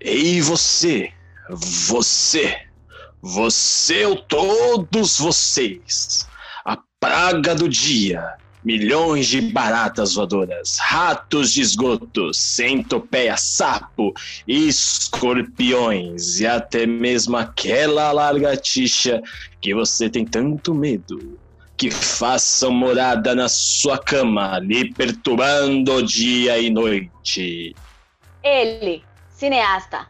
Ei, você! Você! Você ou todos vocês! A praga do dia! Milhões de baratas voadoras, ratos de esgoto, centopeia, sapo, escorpiões e até mesmo aquela largatixa que você tem tanto medo. Que façam morada na sua cama, lhe perturbando dia e noite. Ele, cineasta,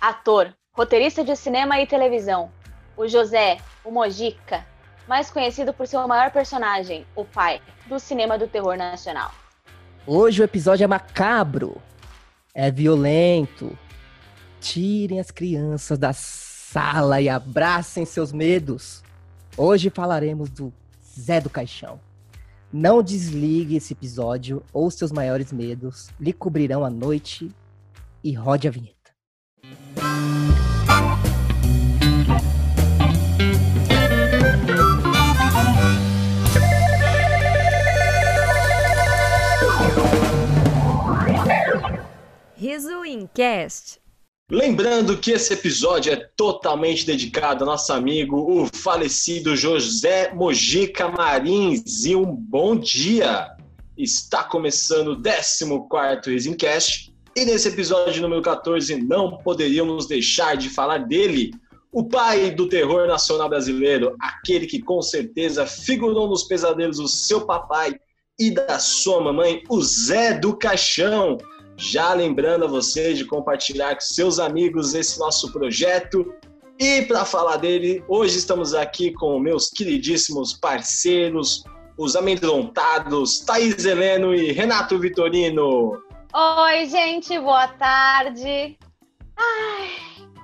ator, roteirista de cinema e televisão, o José, o Mojica, mais conhecido por seu maior personagem, o pai, do cinema do terror nacional. Hoje o episódio é macabro, é violento. Tirem as crianças da sala e abracem seus medos. Hoje falaremos do Zé do Caixão. Não desligue esse episódio ou seus maiores medos lhe cobrirão a noite e rode a vinheta. Riso Incast. Lembrando que esse episódio é totalmente dedicado ao nosso amigo, o falecido José Mojica Marins. E um bom dia! Está começando o 14º Risincast. E nesse episódio número 14, não poderíamos deixar de falar dele, o pai do terror nacional brasileiro, aquele que com certeza figurou nos pesadelos do seu papai e da sua mamãe, o Zé do Caixão. Já lembrando a vocês de compartilhar com seus amigos esse nosso projeto. E para falar dele, hoje estamos aqui com meus queridíssimos parceiros, os amedrontados Thaís Heleno e Renato Vitorino. Oi, gente, boa tarde. Ai,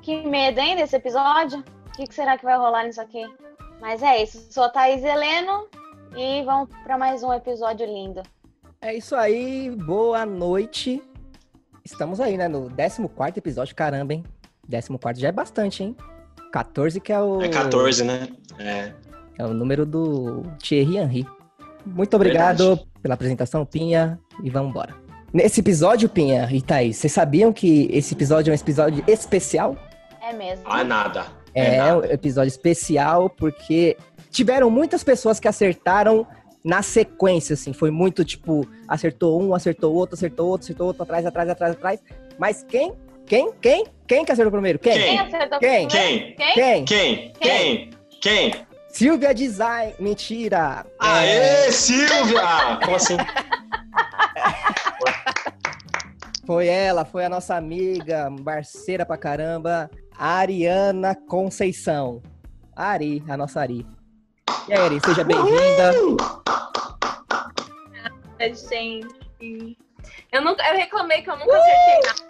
que medo, hein, desse episódio? O que que será que vai rolar nisso aqui? Mas é isso, sou a Thaís Heleno e vamos para mais um episódio lindo. É isso aí, boa noite. Estamos aí, né, no 14º episódio, caramba, hein? 14º já é bastante, hein? 14 que é o É 14, né? É. é o número do Thierry Henry. Muito obrigado pela apresentação, Pinha, e vamos embora. Nesse episódio, Pinha e Thaís, vocês sabiam que esse episódio é um episódio especial? É mesmo. Ah, nada. É, nada. um episódio especial porque tiveram muitas pessoas que acertaram na sequência, assim. Foi muito tipo, acertou um, acertou outro, acertou outro, acertou outro, atrás, atrás, atrás, atrás. Mas quem? Quem? Quem? Quem que acertou primeiro? Quem? Quem? acertou Quem? primeiro? Quem? Quem? Quem? Quem? Quem? Quem? Silvia Design. Mentira! É, Aê, Silvia! Ah, Como assim? foi ela, foi a nossa amiga, parceira pra caramba, Ariana Conceição. Ari, a nossa Ari. E aí, Ari, seja bem-vinda. Gente. Eu, nunca, eu reclamei que eu nunca acertei nada.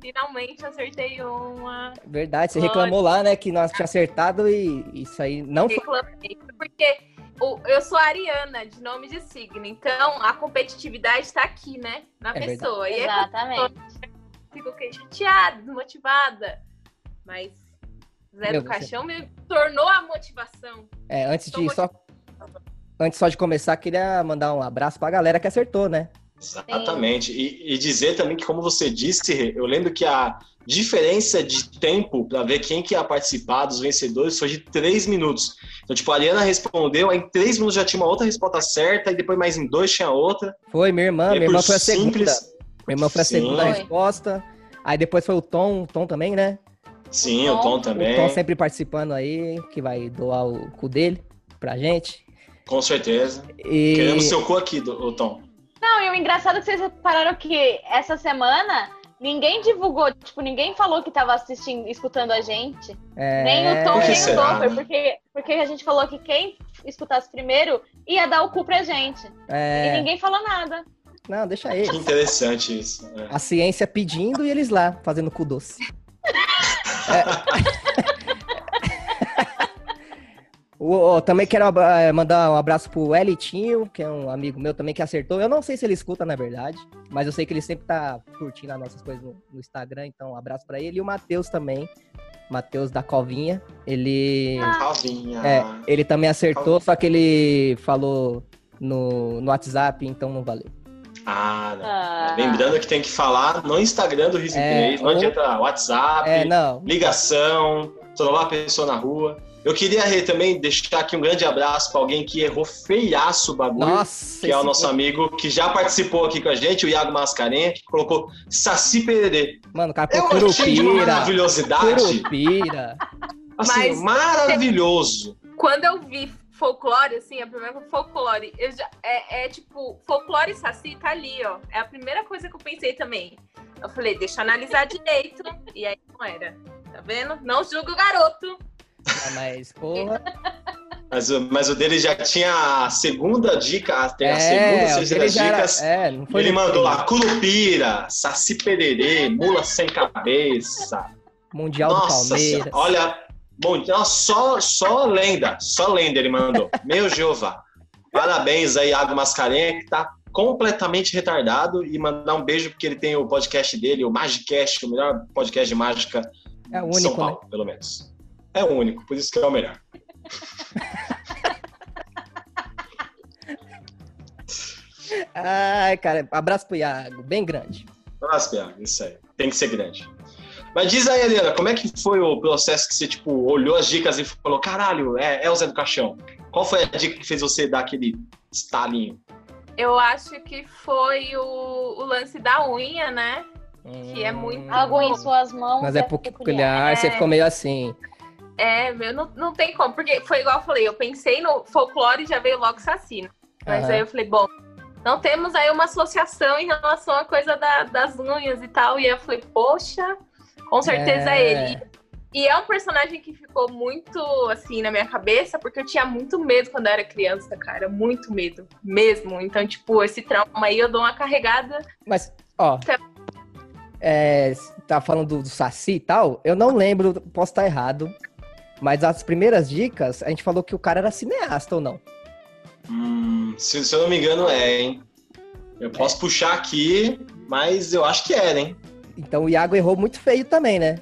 Finalmente acertei uma. Verdade, você reclamou lá, né, que nós tinha acertado e isso aí não foi. Reclamei. Porque o- eu sou Ariana, de nome de signo. Então a competitividade tá aqui, né? Na É pessoa. E aí Exatamente. eu fico o quê? chateada, desmotivada. Mas Zé Meu, do você- Caixão me tornou a motivação. É, antes Tô de só. Antes só de começar, queria mandar um abraço pra galera que acertou, né? Exatamente. E, e dizer também que, como você disse, eu lembro que a diferença de tempo para ver quem que ia participar dos vencedores foi de três minutos. Então, tipo, a Ariana respondeu, aí em três minutos já tinha uma outra resposta certa, e depois mais em dois tinha outra. Foi minha irmã, e aí, Ah, minha por irmã foi a segunda. simples- Minha irmã foi a Sim. segunda Foi. resposta. Aí depois foi o Tom, o Tom também, né? Sim, o Tom também. O Tom sempre participando aí, que vai doar o cu dele pra gente. Com certeza. E Queremos seu cu aqui, do, o Tom. Não, e o engraçado é que vocês repararam que essa semana ninguém divulgou, tipo, ninguém falou que tava assistindo, escutando a gente. é, Nem o Tom, Por que nem o será, Topper, né? porque, porque a gente falou que quem escutasse primeiro ia dar o cu pra gente. E é, ninguém falou nada. Não, deixa Que ele. interessante isso. né? A ciência pedindo e eles lá, fazendo cu doce. É. O- ó, também quero abra- eh, mandar um abraço pro Elitinho, que é um amigo meu também que acertou. Eu não sei se ele escuta, na verdade, mas eu sei que ele sempre tá curtindo as nossas coisas no, no Instagram, então um abraço pra ele. E o Matheus também, Matheus da Covinha. Ele, Calvinha. é, ele também acertou, só que ele falou no, no WhatsApp, então não valeu. Ah, não. Ah. Lembrando que tem que falar no Instagram do Riso É, Inglês, não ou- adianta WhatsApp, É, não. ligação, trollar a pessoa na rua. Eu queria Rê, também deixar aqui um grande abraço para alguém que errou feiaço o bagulho. Nossa. Que é o esse- nosso amigo que já participou aqui com a gente, o Iago Mascarenha, que colocou Saci Pererê. Mano, o cara É pô, um cheio de curupira. maravilhosidade. Curupira. Assim, Mas- maravilhoso. Quando eu vi folclore, assim, a primeira coisa, folclore, eu já, é, é tipo, folclore e saci tá ali, ó. É a primeira coisa que eu pensei também. Eu falei, deixa eu analisar direito. E aí não era. Tá vendo? Não julga o garoto. Ah, Mas, porra. Mas, o- mas o dele já tinha a segunda dica, até a é, segunda, o dele terceira já era- dica. é, não foi Ele no mandou primeiro. lá, curupira, saci pererê, mula sem cabeça. Mundial do Nossa, Palmeiras. Senhora, olha, bom, ó, só, só lenda, só lenda ele mandou. Meu Jeová. Parabéns aí, Iago Mascarenha, que tá completamente retardado. E mandar um beijo, porque ele tem o podcast dele, o Magicast, o melhor podcast de mágica É o de São único, né? Paulo, pelo menos. É o único, por isso que é o melhor. Ai, cara, abraço pro Iago, bem grande. Nossa, Iago, isso aí. Tem que ser grande. Mas diz aí, Helena, como é que foi o processo que você, tipo, olhou as dicas e falou, caralho, é, é o Zé do Caixão? Qual foi a dica que fez você dar aquele estalinho? Eu acho que foi o, o lance da unha, né? Que é Hum, muito- Algo em suas mãos. Mas é peculiar, você ficou meio assim. É, meu, não, não tem como, porque foi igual eu falei, eu pensei no folclore e já veio logo saci, né? Mas Aham. aí eu falei, bom, não temos aí uma associação em relação à coisa da- das unhas e tal. E eu falei, poxa, com certeza é, É. ele. E é um personagem que ficou muito assim na minha cabeça, porque eu tinha muito medo quando eu era criança, cara. Muito medo. Mesmo. Então, tipo, esse trauma aí eu dou uma carregada. Mas, ó. Então- é, tá falando do, do Saci e tal. Eu não lembro, posso estar errado. Mas as primeiras dicas, a gente falou que o cara era cineasta ou não. Hum, se, se eu não me engano, é, hein? Eu posso puxar aqui, mas eu acho que era, hein? Então o Iago errou muito feio também, né?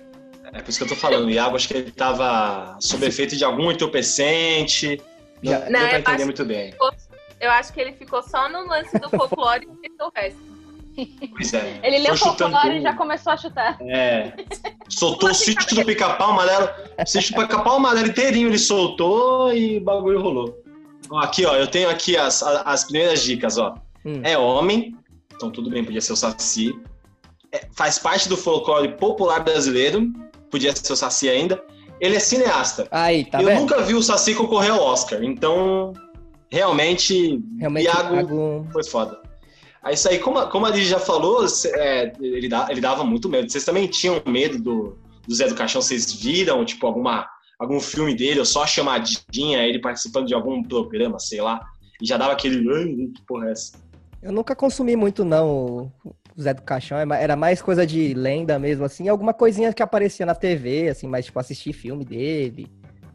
É por isso que eu tô falando. O Iago, acho que ele tava sob efeito de algum entorpecente. Não, Já- deu Não, pra eu entender acho- muito bem. Eu acho que ele ficou só no lance do folclore e esqueceu o resto. Pois é. Ele leu foi o chutando folclore e tudo. já começou a chutar. É. Soltou o sítio do pica-pau amarelo. O sítio do pica-pau amarelo inteirinho ele soltou e o bagulho rolou. Ó, aqui, ó, eu tenho aqui as, a- as primeiras dicas, ó. Hum. É homem, então tudo bem, podia ser o Saci. É, faz parte do folclore popular brasileiro, podia ser o Saci ainda. Ele é cineasta. Aí, tá eu vendo? nunca vi o Saci concorrer ao Oscar, então realmente Realmente, Iago- Iago... foi foda. Aí isso aí, como, a- como a Liz já falou, cê- é, ele, dá- ele dava muito medo. Vocês também tinham medo do, do Zé do Caixão? Vocês viram, tipo, alguma, algum filme dele, ou só a chamadinha, ele participando de algum programa, sei lá, e já dava aquele. "Ai, Que porra é essa? Eu nunca consumi muito, não, o o Zé do Caixão. é ma- Era mais coisa de lenda mesmo, assim. Alguma coisinha que aparecia na TV, assim, mas, tipo, assistir filme dele,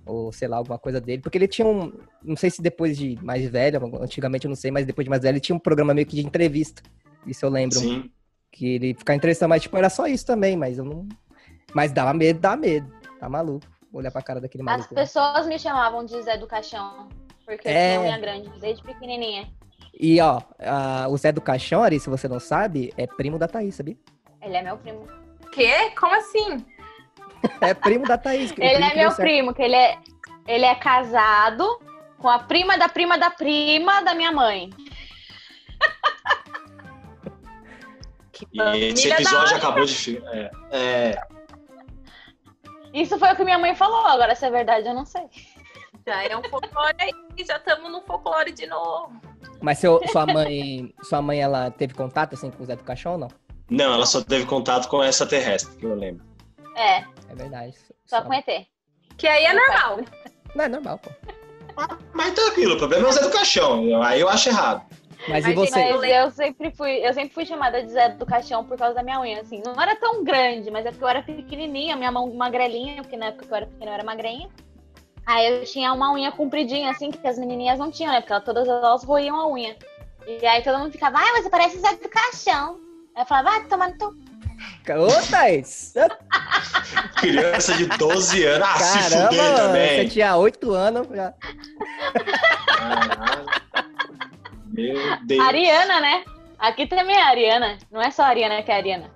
ou sei lá, alguma coisa dele. Porque ele tinha um. Não sei se depois de mais velho, antigamente eu não sei, mas depois de mais velho, ele tinha um programa meio que de entrevista. Isso eu lembro. Sim. Que ele ficava entrevistando, mas, tipo, era só isso também, mas eu não. Mas dava medo, dá medo. Tá maluco. Olhar pra cara daquele As maluco. né? pessoas me chamavam de Zé do Caixão. Porque É. eu tinha unha grande, desde pequenininha. E, ó, a- o Zé do Caixão, Ari, se você não sabe, é primo da Thaís, sabia? Ele é meu primo. Quê? Como assim? É primo da Thaís. o Ele primo é meu que deu certo. primo, que ele é, ele é casado com a prima da prima da prima da minha mãe. E esse Família da episódio hora. acabou de. fi- É, é, Isso foi o que minha mãe falou, agora se é verdade eu não sei. Já é um folclore aí, já estamos no folclore de novo. Mas seu- sua mãe, sua mãe, ela teve contato assim com o Zé do Caixão ou não? não, ela só teve contato com essa terrestre, que eu lembro. É, É verdade. só Sua- com ET. Que aí é normal. Não, é normal, pô. Mas tranquilo, o problema é o Zé do Caixão. eu- Aí eu acho errado. Mas Ai, e você? gente, Mas eu sempre fui, eu sempre fui chamada de Zé do Caixão por causa da minha unha, assim. Não era tão grande, mas é porque eu era pequenininha, minha mão magrelinha, porque na época que eu era pequena eu era magrinha. Aí eu tinha uma unha compridinha, assim, que as menininhas não tinham, né? Porque elas- todas elas roiam a unha. E aí todo mundo ficava, ai, você parece Zé do Caixão. Aí eu falava, vai tomar no teu Ô, Thaís! Criança de 12 anos. Ah, se Caramba, fuder mano, também. você tinha oito anos. Já... Caralho. Meu Deus. Ariana, né? Aqui também é a Ariana. Não é só a Ariana que é a Ariana.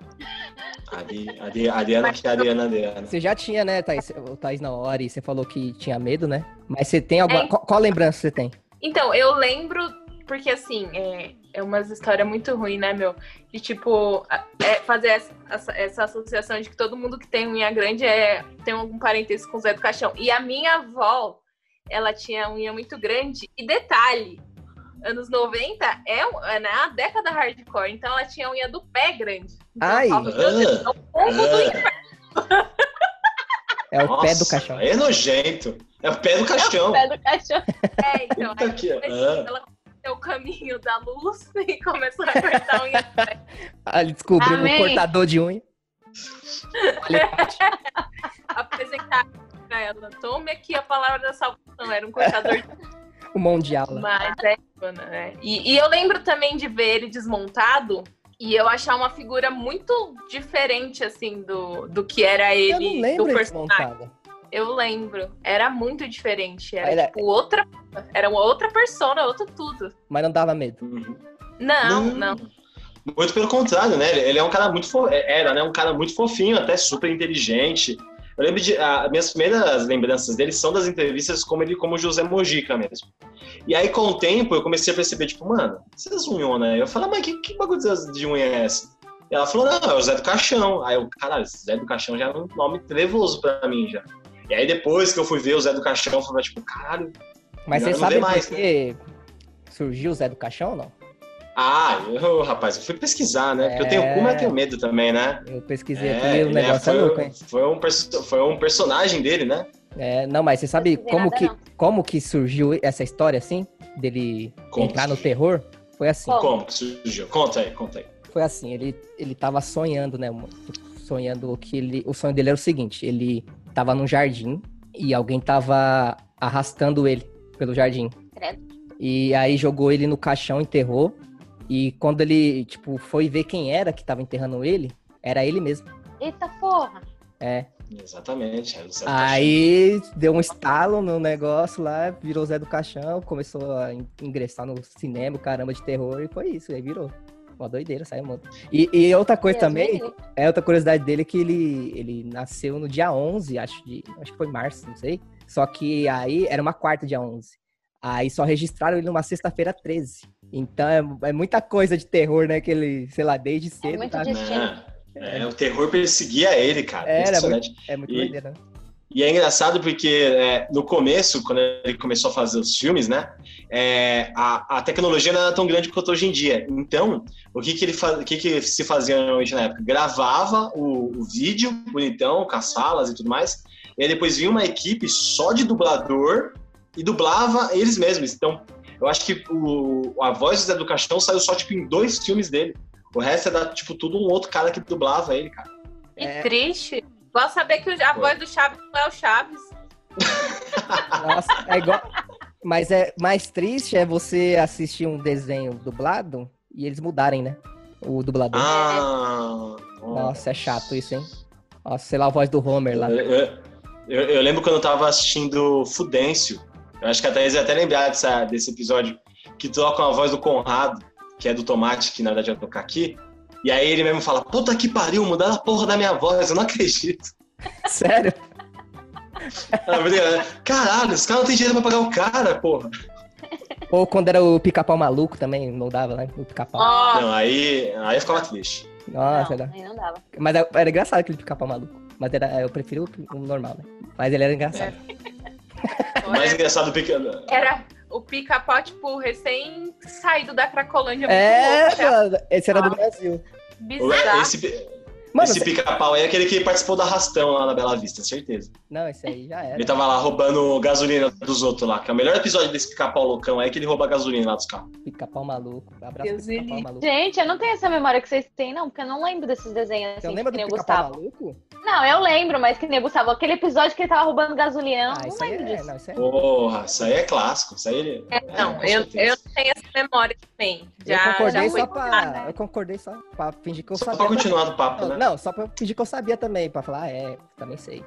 Ari, Ari, Ariana que é Ariana, Ariana. Você já tinha, né, Thaís? O Thaís na hora e você falou que tinha medo, né? Mas você tem É. alguma. Qual, qual lembrança você tem? Então, eu lembro, porque assim, é, é umas histórias muito ruins, né, meu? De tipo, a- é fazer essa, essa- essa associação de que todo mundo que tem unha grande é, tem algum parentesco com o Zé do Caixão. E a minha avó, ela tinha unha muito grande. E detalhe, anos 90 é, um- é na década hardcore, então ela tinha a unha do pé grande. Então, eu Ai. falo, meu Deus, é o combo do Ah, É o pé do nossa, caixão. É nojento. É o pé do caixão. Pé do cachorro. pé, então. Puta que- depois ah. Ela conheceu o caminho da luz e começou a cortar a unha. Ah, Ele descobriu um Amém. cortador de unha. Alicate. apresentar pra ela. Tome aqui a palavra da salvação. Era um cortador de o mão de aula. mais, é, mano, né? E, e eu lembro também de ver ele desmontado e eu achar uma figura muito diferente, assim, do, do que era ele. Eu não do lembro ele personagem. montado. Eu lembro. Era muito diferente. Era, Era- tipo outra. Era uma outra persona, outro tudo. Mas não dava medo. Uhum. Não, Não. não. Muito pelo contrário, né? Ele- Ele é um cara muito fo... era, né? Um cara muito fofinho, até super inteligente. Eu lembro de ah, minhas primeiras lembranças dele são das entrevistas como ele como José Mojica mesmo. E aí com o tempo eu comecei a perceber tipo, mano, essas unhona, né? Eu falo, mas que, que bagulho dessas de unha é essa? E ela falou, não, é o Zé do Caixão. Aí eu, caralho, esse Zé do Caixão já é um nome trevoso pra mim já. E aí depois que eu fui ver o Zé do Caixão, eu falei tipo, caralho, Mas Já você não sabe vê mais, por que surgiu o Zé do Caixão ou não? ah, eu, rapaz, eu fui pesquisar, né? Porque eu tenho É. cu, mas eu tenho medo também, né? Eu pesquisei É, aqui e o ele é- negócio é, foi, louco, hein? foi um, perso- foi um personagem dele, né? É, não, mas você sabe Não sei como nada, que, não. como que surgiu essa história, assim? Dele Como entrar que no surgiu? terror? Foi assim. Como? Como que surgiu? Conta aí, conta aí. Foi assim, ele, ele tava sonhando, né? mo- Sonhando que ele. O sonho dele era o seguinte: ele tava num jardim e alguém tava arrastando ele pelo jardim. Credo. E aí jogou ele no caixão, enterrou. E quando ele, tipo, foi ver quem era que tava enterrando ele, era ele mesmo. Eita porra. É. Exatamente. era o Zé do Aí deu um estalo no negócio lá, virou Zé do Caixão, começou a in- ingressar no cinema, caramba, de terror, e foi isso, aí virou. Uma doideira, saiu muito. E, e outra coisa Deus também, me livre. é outra curiosidade dele é que ele, ele nasceu no dia 11, acho, de, acho que foi março, não sei. Só que aí era uma quarta, dia 11. Aí só registraram ele numa sexta-feira 13. Então é, é muita coisa de terror, né? Que ele, sei lá, desde cedo. É muito tá? de- Caixão. Né? É, o terror perseguia ele, cara. Era, Impressionante. É muito E- doideira, né? E é engraçado porque é, no começo, quando ele começou a fazer os filmes, né? é, a, a tecnologia não era tão grande quanto hoje em dia. Então, o que, que, ele fa- o que, que se fazia normalmente na época? Gravava o, o vídeo, bonitão, com as falas e tudo mais. E aí depois vinha uma equipe só de dublador e dublava eles mesmos. Então, eu acho que o, a voz do Zé do Caixão saiu só tipo, em dois filmes dele. O resto era tipo tudo um outro cara que dublava ele, cara. Que É. triste. Vou saber que o- a voz do Chaves não é o Chaves. Nossa, é igual. Mas é mais triste é você assistir um desenho dublado e eles mudarem, né? O dublador. Ah, Nossa, é chato isso, hein? Nossa, sei lá, a voz do Homer Tá lá. Eu, eu- eu lembro quando eu tava assistindo Fudêncio. Eu acho que a Thaís ia até lembrar dessa- desse episódio. Que toca a voz do Conrado, que é do Tomate, que na verdade é do Kaki. E aí ele mesmo fala: Puta que pariu, mudaram a porra da minha voz, eu não acredito. Sério? Ah, meu Deus, Caralho, os caras não têm dinheiro pra pagar o cara, porra. Ou quando era o pica-pau maluco também, mudava, né? O pica-pau. Ó, Não, aí, aí eu ficava triste. Nossa, Ah, não, era- aí não dava. mas é, era era engraçado aquele pica-pau maluco. Mas era, eu prefiro o normal, né? Mas ele era engraçado. O mais olha, engraçado do Pica- era o pica-pau, tipo, recém saído da Cracolândia. muito É, né? louco, já. mano, esse era do Ah. Brasil. Bizarro. Esse, Mano, esse cê- pica-pau aí é aquele que participou da arrastão lá na Bela Vista, certeza. não, esse aí já era. Ele tava lá roubando gasolina dos outros lá, que é o melhor episódio desse pica-pau loucão aí que ele rouba a gasolina lá dos carros. Pica-pau maluco. Abraço, Deus me pica-pau livre. maluco. Gente, eu não tenho essa memória que vocês têm, não, porque eu não lembro desses desenhos assim, Você que lembra do nem o pica-pau Gustavo. maluco? Não, eu lembro, mas que nem o Gustavo. Aquele episódio que ele tava roubando gasolina, eu não isso aí lembro é, disso. não, isso é Porra, isso aí é clássico. Isso aí ele. É, não, com eu, certeza. eu não tenho essa memória também. Eu Já, concordei, já só foi pra, contada. né? eu concordei só pra fingir que eu Só sabia. pra continuar do papo, Não, né? não, só pra fingir que eu sabia também, pra falar, ah, é, também sei.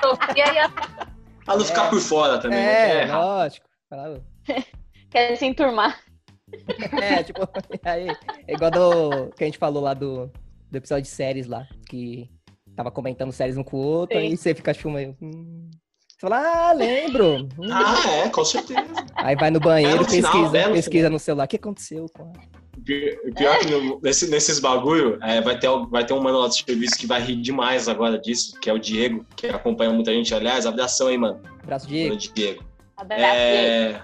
Sofia e a Ah, não ficar por fora também. né? é, É, lógico. Falar, ô, Quer se é enturmar. É, tipo, aí, é igual do que a gente falou lá do, do episódio de séries lá, que tava comentando séries um com o outro, Sim. aí você fica chuma aí. hum. Você fala, ah, lembro. Hum. Ah, é, com certeza. Aí vai no banheiro, Belo um sinal, né? pesquisa, belo pesquisa no celular. O que aconteceu com ela? Pi- Pior que no- nesse- nesses bagulho, é, vai, ter, al- vai ter um mano lá do serviço que vai rir demais agora disso, que é o Diego, que acompanha muita gente. Aliás, abração aí, mano. Braço Mano, Diego. Diego. Abraço. É,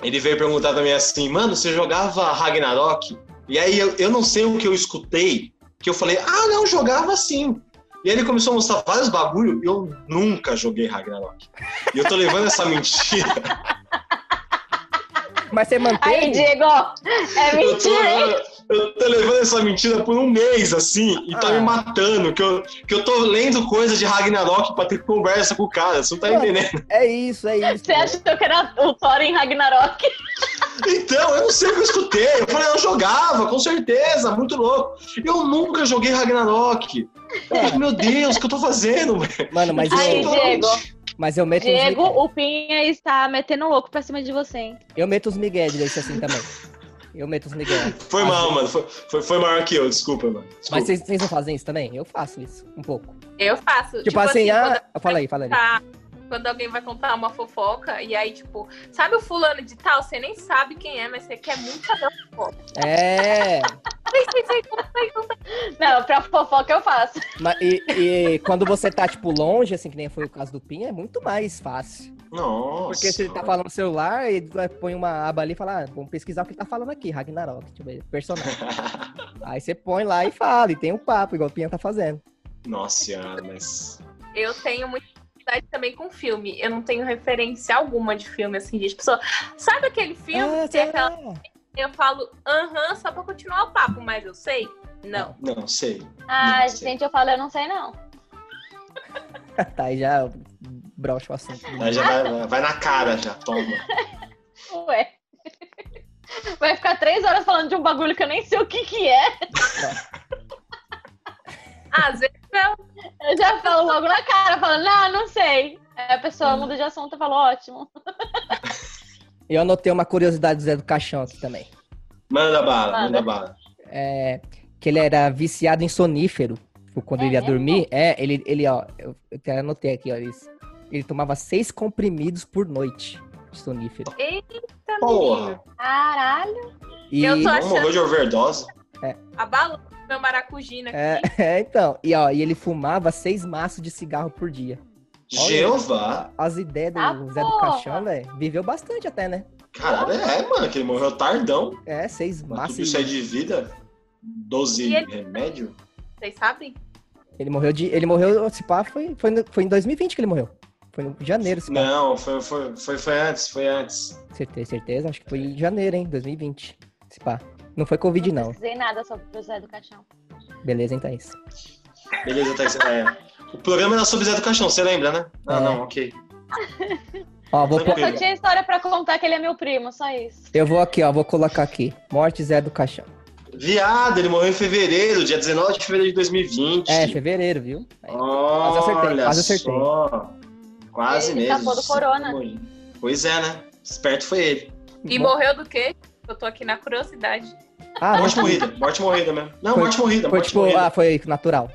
ele veio perguntar também assim, mano, você jogava Ragnarok? E aí eu, eu não sei o que eu escutei, que eu falei, ah, não, jogava sim. E aí ele começou a mostrar vários bagulho e eu nunca joguei Ragnarok. E eu tô levando essa mentira. Mas você Aí, manteve? Diego, é Eu tô, mentira, hein? levando, eu tô levando essa mentira por um mês, assim, e tá Ah. me matando. Que eu, que eu tô lendo coisa de Ragnarok pra ter conversa com o cara. Você não tá Mano. entendendo? É isso, é isso. Você achou que era o Thor em Ragnarok? Então, eu não sei o que eu escutei. Eu falei, eu jogava, com certeza, muito louco. Eu nunca joguei Ragnarok. Eu falei, Meu Deus, o que eu tô fazendo? Mano, mas Aí, eu, Totalmente. Diego. mas eu meto um Diego, uns migué. o Pinha está metendo louco pra cima de você, hein? Eu meto os migué desse assim também. Eu meto os migué. Foi mal, mano. Foi, foi, foi maior que eu, desculpa, mano. Desculpa. Mas vocês, vocês não fazem isso também? Eu faço isso, um pouco. Eu faço. Tipo, assim, quando ah... Fala aí, fala aí. tá- Quando alguém vai contar uma fofoca, e aí, tipo, sabe o fulano de tal? Você nem sabe quem é, mas você quer muito saber o fofoca. É... Sei, sei, sei, conta aí, conta Não, pra fofoca eu faço. Mas, e, e quando você tá, tipo, longe, assim, que nem foi o caso do Pinha, é muito mais fácil. Nossa. Porque se ele tá falando no celular, ele vai- põe uma aba ali e fala, ah, vamos pesquisar o que ele tá falando aqui, Ragnarok, tipo, esse personagem. Aí você põe lá e fala, e tem um papo, igual o Pinha tá fazendo. Nossa senhora, mas. Eu tenho muita dificuldade também com filme. Eu não tenho referência alguma de filme, assim, de pessoa. Sabe aquele filme? Ah, que será? tem é aquela... Eu falo, aham, só pra continuar o papo, mas eu sei? Não. Não, sei. Ah, Não sei. gente, eu falo, eu não sei não. Tá, aí já brocha o assunto. Aí já vai, vai na cara já, toma. Ué. Vai ficar três horas falando de um bagulho que eu nem sei o que que é. Às vezes Eu já falo logo na cara, falando, não, não sei. Aí a pessoa muda de assunto e fala, ótimo. Eu anotei uma curiosidade do Zé do Caixão aqui também. Manda bala, Manda. manda bala. é, que ele era viciado em sonífero. Tipo, Quando É ele ia mesmo? dormir, é, ele, ele ó, eu, eu até anotei aqui, ó, isso. Ele tomava seis comprimidos por noite de sonífero. também. Tá Porra, Caralho. E, Eu tô- vamos morreu de overdose. A bala Tá meu maracujina. é, é, então, e ó, e ele fumava seis maços de cigarro por dia. Olha. Jeová. As ideias do Ah, Zé do porra! Caixão, velho, viveu bastante até, né? Caralho, é, mano, que ele morreu tardão. É, seis Mas maços. tudo isso é de vida. 12 E ele- remédio? Vocês sabem? Ele morreu de. Ele morreu, se pá, foi, foi, no- foi em 2020 que ele morreu. Foi em janeiro, se pá. Não, foi, foi, foi, foi antes, foi antes. Certeza, certeza. Acho que foi em janeiro, hein? 2020. Se pá. Não foi Covid, não. pesquisei nada sobre o Zé do Caixão. Beleza, então é hein, Thaís? Beleza, Thaís. É. O programa era sobre Zé do Caixão, você lembra, né? Ah, É. não, ok. Ó, vou, Tranquilo. po- Eu só tinha história pra contar que ele é meu primo, só isso. eu vou aqui, ó, vou colocar aqui. Morte Zé do Caixão. Viado, ele morreu em fevereiro, dia 19 de fevereiro de 2020. É, fevereiro, viu? Aí, Olha acertei, quase acertei. só. Quase Ele mesmo. escapou do corona. Pois é, né? Esperto foi ele. E mo- morreu do quê? Eu tô aqui na curiosidade. Ah, Morte morte- morrida, morte morrida mesmo. Não, Foi- morte morrida, foi morte tipo, morrida. ah, foi natural.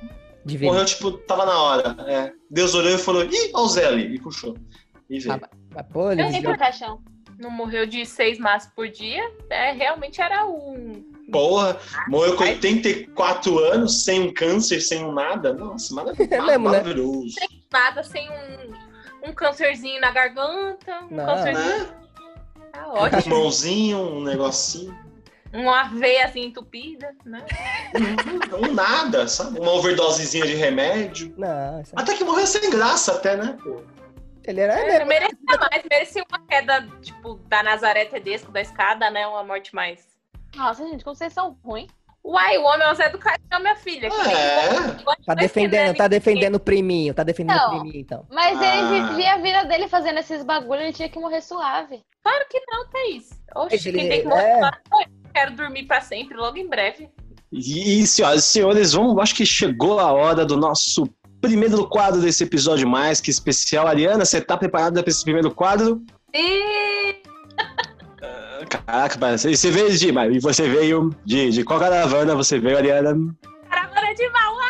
Divino. Morreu, tipo, tava na hora. é. Deus olhou e falou, ih, olha o Zé ali, e puxou. E veio. Ah, Ah, pô, ele Eu ri pro desviou- caixão. Não morreu de seis maços por dia? É, realmente era um. Porra, morreu com 84 anos, sem um câncer, sem um nada. Nossa, maravilhoso. É mesmo, né? maravilhoso. Nada sem um, um câncerzinho na garganta. Um Não. câncerzinho. Né? Tá Um ótimo. pulmãozinho, um negocinho. Uma veia assim entupida, né? Um nada, sabe? Uma overdosezinha de remédio. Não, isso- Até que morreu sem graça, até, né? pô? ele era. é É, mesmo. merecia mais, merecia uma queda, tipo, da Nazaré Tedesco, da escada, né? Uma morte mais. Nossa, gente, como vocês são ruins. Uai, o homem é o Zé do Caixão, minha filha. que É. tem- gosta Tá de defendendo, tá escrever, defendendo o priminho, tá defendendo Não. o priminho, então. Mas ele Ah. vivia a vida dele fazendo esses bagulhos, ele tinha que morrer suave. Claro que não, Thaís. Oxe, Ele- quem tem que morrer é. agora sou eu. Quero dormir pra sempre, logo em breve. E, e, senhoras e senhores, vamos, acho que chegou a hora do nosso primeiro quadro desse episódio mais que especial. Ariana, você tá preparada para esse primeiro quadro? E... Ah, Caraca, parece. E você veio de. mas- E você veio de, de qual caravana você veio, Ariana? Caravana de Mauá!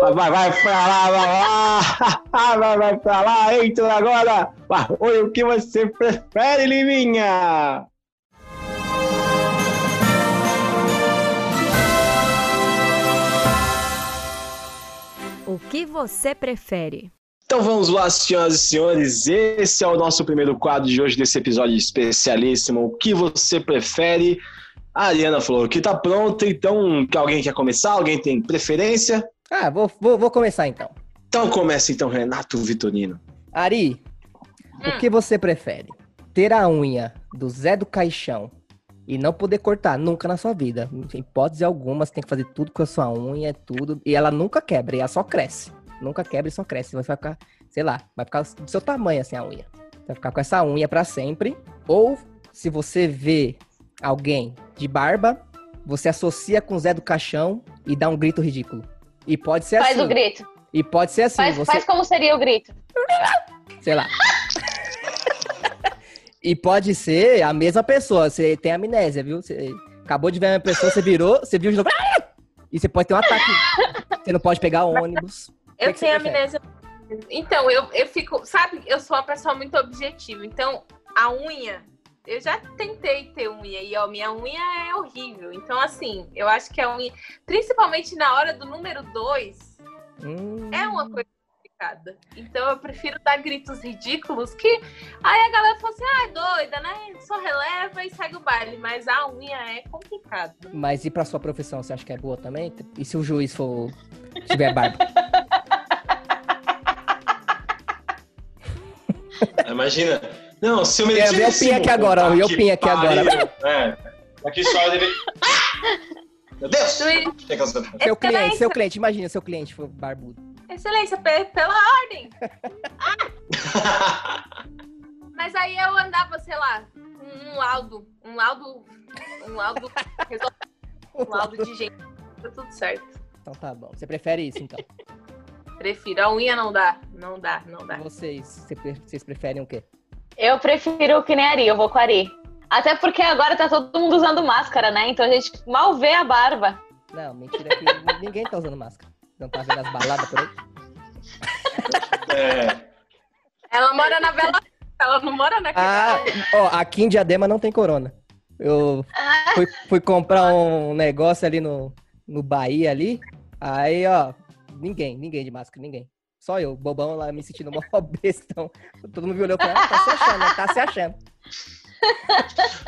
Vai, vai, vai pra lá, vai lá! Vai, vai pra lá, entra agora! Oi, o que você prefere, Liminha? O que você prefere? Então vamos lá, senhoras e senhores. Esse é o nosso primeiro quadro de hoje, desse episódio especialíssimo. O que você prefere? A Ariana falou que tá pronta, então que alguém quer começar? Alguém tem preferência? Ah, vou, vou, vou começar então. Então começa então, Renato Vitorino. Ari, Hum. o que você prefere? Ter a unha do Zé do Caixão e não poder cortar nunca na sua vida. Em hipótese alguma, você tem que fazer tudo com a sua unha, é tudo. E ela nunca quebra, e ela só cresce. Nunca quebra e só cresce. Você vai ficar, sei lá, vai ficar do seu tamanho assim a unha. Você vai ficar com essa unha pra sempre. Ou se você vê alguém de barba, você associa com o Zé do Caixão e dá um grito ridículo. E pode ser Faz assim. o grito. E pode ser assim. faz, você... faz como seria o grito. Sei lá. e pode ser a mesma pessoa. Você tem amnésia, viu? Você acabou de ver a mesma pessoa, você virou, você viu de novo. E você pode ter um ataque. Você não pode pegar ônibus. Eu que você tenho prefere? amnésia. Então, eu, eu fico. Sabe, eu sou uma pessoa muito objetiva. Então, a unha. Eu já tentei ter unha e a minha unha é horrível. Então, assim, eu acho que a unha. Principalmente na hora do número 2, Hum. é uma coisa complicada. Então, eu prefiro dar gritos ridículos que. Aí a galera fala assim: ah, é doida, né? Só releva e segue o baile. Mas a unha é complicada. Mas e pra sua profissão, você acha que é boa também? E se o juiz for tiver barba? Imagina. Não, se eu um me Quero ver o Pinha aqui agora, ó, e o Pinha aqui agora. É. Aqui só deve. Meu Deus! Excelência, Tem que cancelar. Seu cliente, seu cliente, imagina, seu cliente for barbudo. excelência pe- pela ordem. Ah! Mas aí eu andava, sei lá, com um laudo, um laudo, um laudo, um laudo de gente. Tá tudo certo. Então tá bom. Você prefere isso, então? Prefiro. A unha não dá, não dá, não dá. Vocês, você pre- vocês preferem o quê? Eu prefiro que nem Ari, eu vou com Ari. Até porque agora tá todo mundo usando máscara, né? Então a gente mal vê a barba. Não, mentira que ninguém tá usando máscara. Não tá vendo as baladas por aí? É. Ela mora na Bela Vista, ela não mora na Ah, ó, aqui em Diadema não tem corona. Eu Ah, fui, fui comprar um negócio ali no, no Bahia ali. Aí, ó, ninguém, ninguém de máscara, ninguém. Só eu, bobão lá, me sentindo mó bestão. Todo mundo me olhou pra ah, tá se achando, né? tá se achando.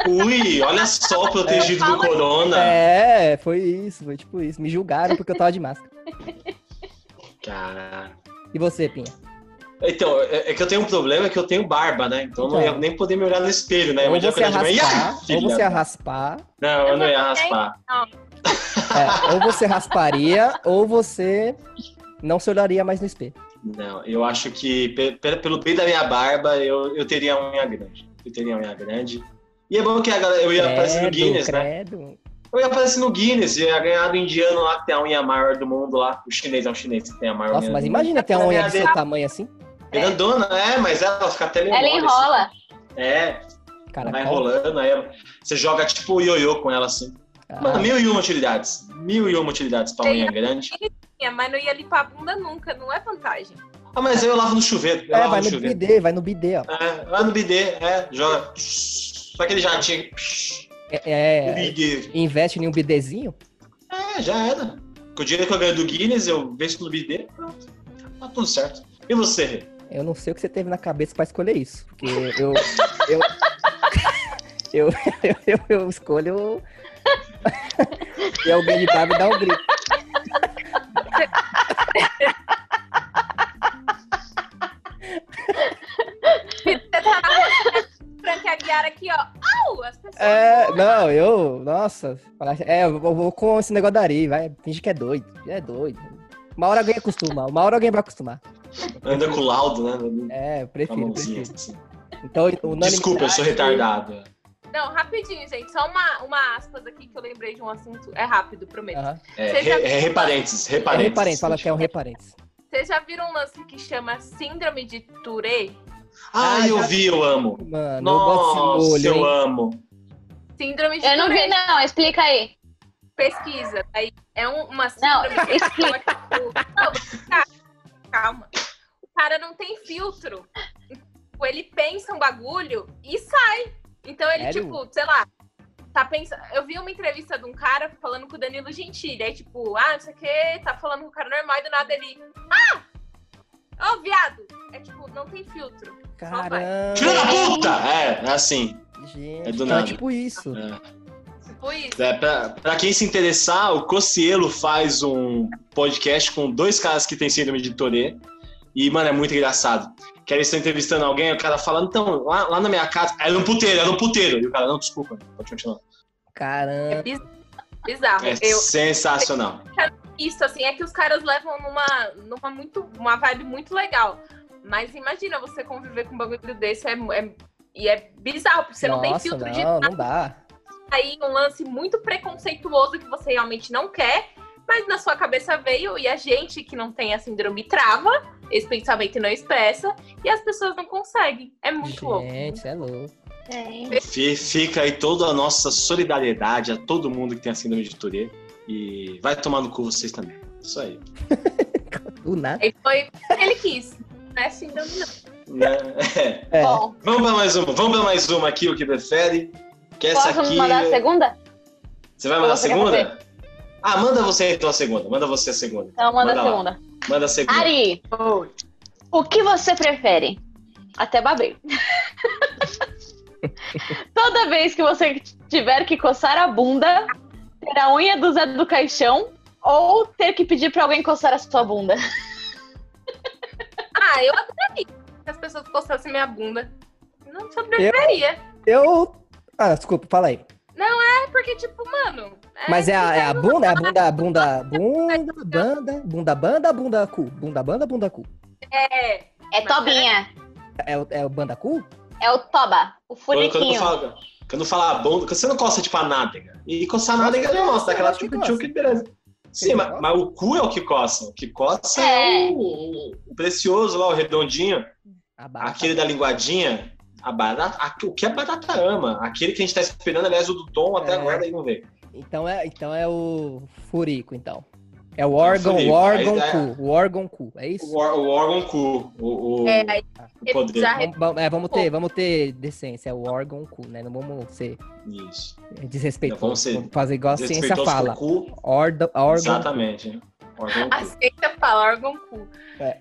Ui, olha só, protegido do Fala aí. corona. É, foi isso, foi tipo isso. Me julgaram porque eu tava de máscara. Cara. E você, Pinha? Então, é é que eu tenho um problema, é que eu tenho barba, né? Então eu não ia Então. nem poder me olhar no espelho, né? ou Mas já você quando eu tiver- raspar, Ih, ou filha. você ia raspar, Não, eu não ia Eu não raspar. é, ou você rasparia, ou você não se olharia mais no espelho. Não, eu acho que pe- pe- pelo bem da minha barba, eu, eu teria uma unha grande. Eu teria uma unha grande. E é bom que a galera, eu ia aparecer no Guinness, né? credo. Eu ia aparecer no Guinness, ia ganhar do indiano lá que tem a unha maior do mundo lá. O chinês é um chinês que tem a maior Nossa, unha mas do imagina ter uma unha do seu Grande. tamanho assim. mundo. Grandona, é, mas ela fica até meio ela mole, enrola. assim. É, Cara, vai qual- enrolando, aí você joga tipo o ioiô com ela assim. Mano, Ah, mil e uma utilidades. Mil e uma utilidades pra unha grande. Caixinha, mas não ia limpar a bunda nunca, não é vantagem. Ah, mas eu lavo no chuveiro. Eu é, lavo vai no no chuveiro. bidê, vai no bidê, ó. É, lá no bidê, é, joga. Só aquele jatinho. É, é, Bidê. investe em um bidezinho. É, já era. Com o dinheiro que eu ganho do Guinness, eu vejo no BD, pronto. Tá tudo certo. E você, Rê? Eu não sei o que você teve na cabeça pra escolher isso. Porque eu. eu, eu, eu, eu- eu escolho. e alguém de barba e dá um grito. Você tá na rua Frank Aguiar aqui, ó. Au! As pessoas. É, não, eu. Nossa. falar- É, eu vou vou com esse negócio da areia, vai. Finge que é doido. É doido. Uma hora alguém acostuma, uma hora alguém vai acostumar. Anda com o laudo, né? É, eu Com a prefiro, mãozinha. prefiro. Assim. Então, unanimidade- Desculpa, eu sou retardado. Não, rapidinho, gente. Só uma, uma aspas aqui que eu lembrei de um assunto. É rápido, prometo. Aham. É, Você já- re, é reparentes, É reparentes. reparente, fala que é um reparente. Vocês já viram um lance que chama Síndrome de Tourette? Ah, Ah, eu já- vi, eu amo. Mano, eu gosto desse Nossa, molho, eu hein? amo. Síndrome de Eu não vi, Tourette. não. Explica aí. Pesquisa. Aí é um- uma Não, síndrome que fala que o- Não, calma, calma. O cara não tem filtro. Tipo, Ele pensa um bagulho e sai. Então ele, Sério? tipo, sei lá, tá pensando. Eu vi uma entrevista de um cara falando com o Danilo Gentili. Aí, tipo, ah, não sei o que, tá falando com o cara normal e do nada ele. Ah! Ô, viado! É tipo, não tem filtro. Caramba! Filha da puta! É, é assim. Gente, É do então nada. tipo isso. É. Tipo isso. É, pra, pra quem se interessar, o Cocielo faz um podcast com dois caras que têm síndrome de Tourette. E, mano, é muito engraçado. Que aí eles estão entrevistando alguém, o cara fala, então, lá, lá na minha casa, era um puteiro, era um puteiro. E o cara, não, desculpa, pode continuar. É Caramba! biz- bizarro. É Eu, sensacional. isso, assim, é que os caras levam numa, numa muito, uma vibe muito legal. Mas imagina você conviver com um bagulho desse é, é- e é bizarro, porque você não tem Nossa, filtro de não, não dá. sair um lance muito preconceituoso que você realmente não quer, mas na sua cabeça veio e a gente que não tem a síndrome trava, esse pensamento não expressa, e as pessoas não conseguem. É muito louco. Gente, é louco. Gente. Fi- Fica aí toda a nossa solidariedade a todo mundo que tem a síndrome de Tourette. E vai tomar no cu vocês também. Isso aí. Do nada. Aí foi o que ele quis. Não é síndrome, não. Né? É. É. Bom, Vamos pra mais uma, vamos pra mais uma aqui, o que prefere. Que É, essa posso aqui. mandar a segunda? Você vai mandar a Você quer fazer? segunda? Ah, manda você então a segunda. Manda você a segunda. Então manda, Manda lá. a segunda. Manda a segunda. Ari, o que você prefere? Até babei. Toda vez que você tiver que coçar a bunda, ter a unha do Zé do Caixão ou ter que pedir pra alguém coçar a sua bunda. Ah, eu adoraria que as pessoas gostassem minha bunda. Não sobreviveria. Eu. Ah, desculpa, fala aí. É porque, tipo, mano. Mas é a, é a bizarro. bunda, é a bunda, bunda, bunda, banda, bunda, banda, bunda, cu. Bunda, banda, bunda, cu. É. É Tobinha, É, o- é o banda cu? é o Toba, o Quando, quando, eu furiquinho. falo, quando eu falar a bunda, você não coça tipo a nádega. E coçar a nádega é normal, você dá aquela Você tchuc coça. tchuc e beleza. Sim, mas, mas o cu é o que coça. O que coça é, É. o, o precioso lá, o redondinho. Abaixa. Aquele da linguadinha. A barata, a- o que a barata ama. Aquele que a gente tá esperando, aliás, o do Tom até É. agora aí não veio. Então é, então é o furico, então. É o órgão, o furico. órgão Aí é. dá- cu, o órgão cu, é isso? O, or- o órgão cu. O, o, É, aí o poder. já Vamos, vamos- é, vamos ter, vamos ter decência, é o órgão cu, né? Não vamos ser Isso. desrespeitosos, Não vamos ser vamos fazer igual a ciência Desrespeitoso com fala. o cu. Ordo, órgão, Exatamente. né? Órgão cu. a ciência fala órgão cu. É,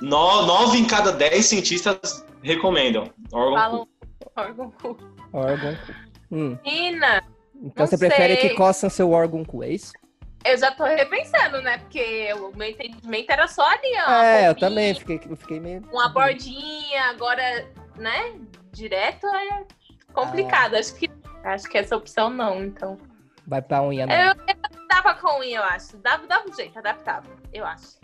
No, nove em cada dez cientistas recomendam. Órgão falam órgão cu. órgão cu. Hum, Menina, então Não você prefere sei. que coçam seu órgão cu, é isso? eu já tô repensando, né? Porque o meu entendimento era só ali, ó. uma é, eu bombinha, também, fiquei, eu fiquei meio... Uma bordinha, agora, né? Direto é Ah. complicado. Acho que acho que essa opção não, então. Vai pra unha, né? não. Eu, eu dava com unha, eu acho. Dava, dava um jeito, adaptava, eu acho.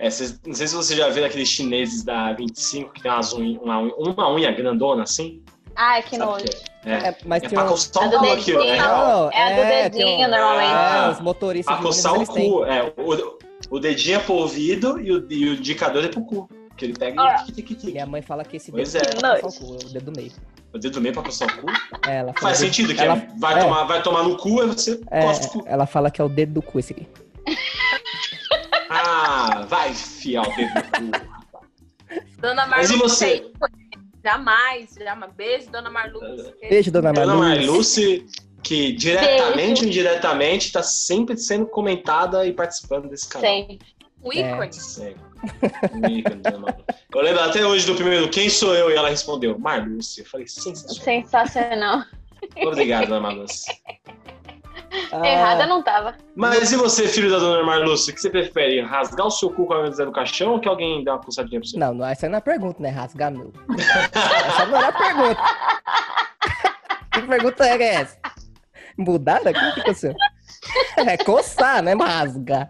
É, cês- não sei se você já viu aqueles chineses da 25 que tem umas unha, uma, unha, uma unha grandona assim. Ai, que Sabe o nojo. que É, é, É, mas é tem pra um- coçar É o do cu aqui, ó. dedinho. É, Não, É a do tem um- dedinho, Então. normalmente. Ah, Ah, os motoristas pra de ônibus, coçar o eles têm. cu. É, o, o dedinho é pro ouvido e o, e o indicador é pro cu. Que ele pega e. Ah. tic, tic, tic. Minha mãe fala que esse Pois dedo é. é pra coçar o cu, é o dedo do meio. O dedo do meio pra coçar o cu. É, Ela fala Faz que- sentido que ela- é, vai, é. Tomar, vai tomar no cu e você é, coça o cu. ela fala que é o dedo do cu esse aqui. Ah, vai fiar o dedo no cu. Dona Marlu, Mas e você? sei, Jamais, jamais. Beijo, dona Marlu. Beijo, dona Dona Malu. Marluce, que diretamente ou indiretamente está sempre sendo comentada e participando desse canal. Sim. O ícone. Sempre. Um ícone, Dona Marluce. Eu lembro até hoje do primeiro Quem Sou Eu? E ela respondeu, Marluce. Eu falei, sensacional. Sensacional. Obrigado, Dona Marluce. Ah. Tá Errada não tava. Mas e você, filho da Dona Marluce, o que você prefere? Rasgar o seu cu com a mesa do caixão ou que alguém dê uma coçadinha pra você? Não, não, essa não é a pergunta, né? Rasgar meu. essa não é a pergunta. que pergunta é essa? Mudaram aqui? O que aconteceu? É coçar, né? Mas Rasgar.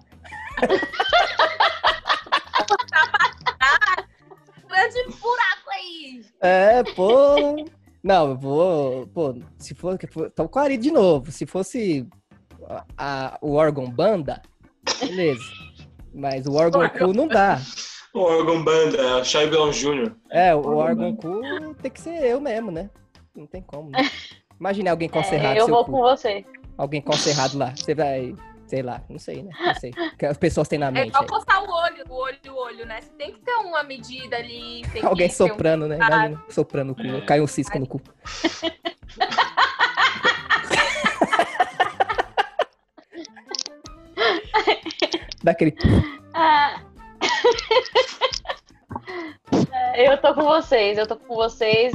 Grande buraco aí. É, pô. Não, eu vou. Pô, se for. que for- Tô com a Ari de novo. Se fosse a- a- o órgão banda, beleza. Mas o órgão cu não dá. O órgão banda, é o Charlie Brown Jr. É, o Órgão órgão cu tem que ser eu mesmo, né? Não tem como. Né? Imagina alguém com o É, cerrado. eu seu vou cu. com você. Alguém com o cerrado lá. Você vai. Sei lá, não sei, né? Não sei. O que as pessoas têm na É mente. igual aí. postar o olho, o olho, o olho, né? Você tem que ter uma medida ali. tem que Alguém ter um- soprando, né? Imagina, soprando o É. cu. Caiu um cisco no cu. Daquele. Ah. É, eu tô com vocês, eu tô com vocês.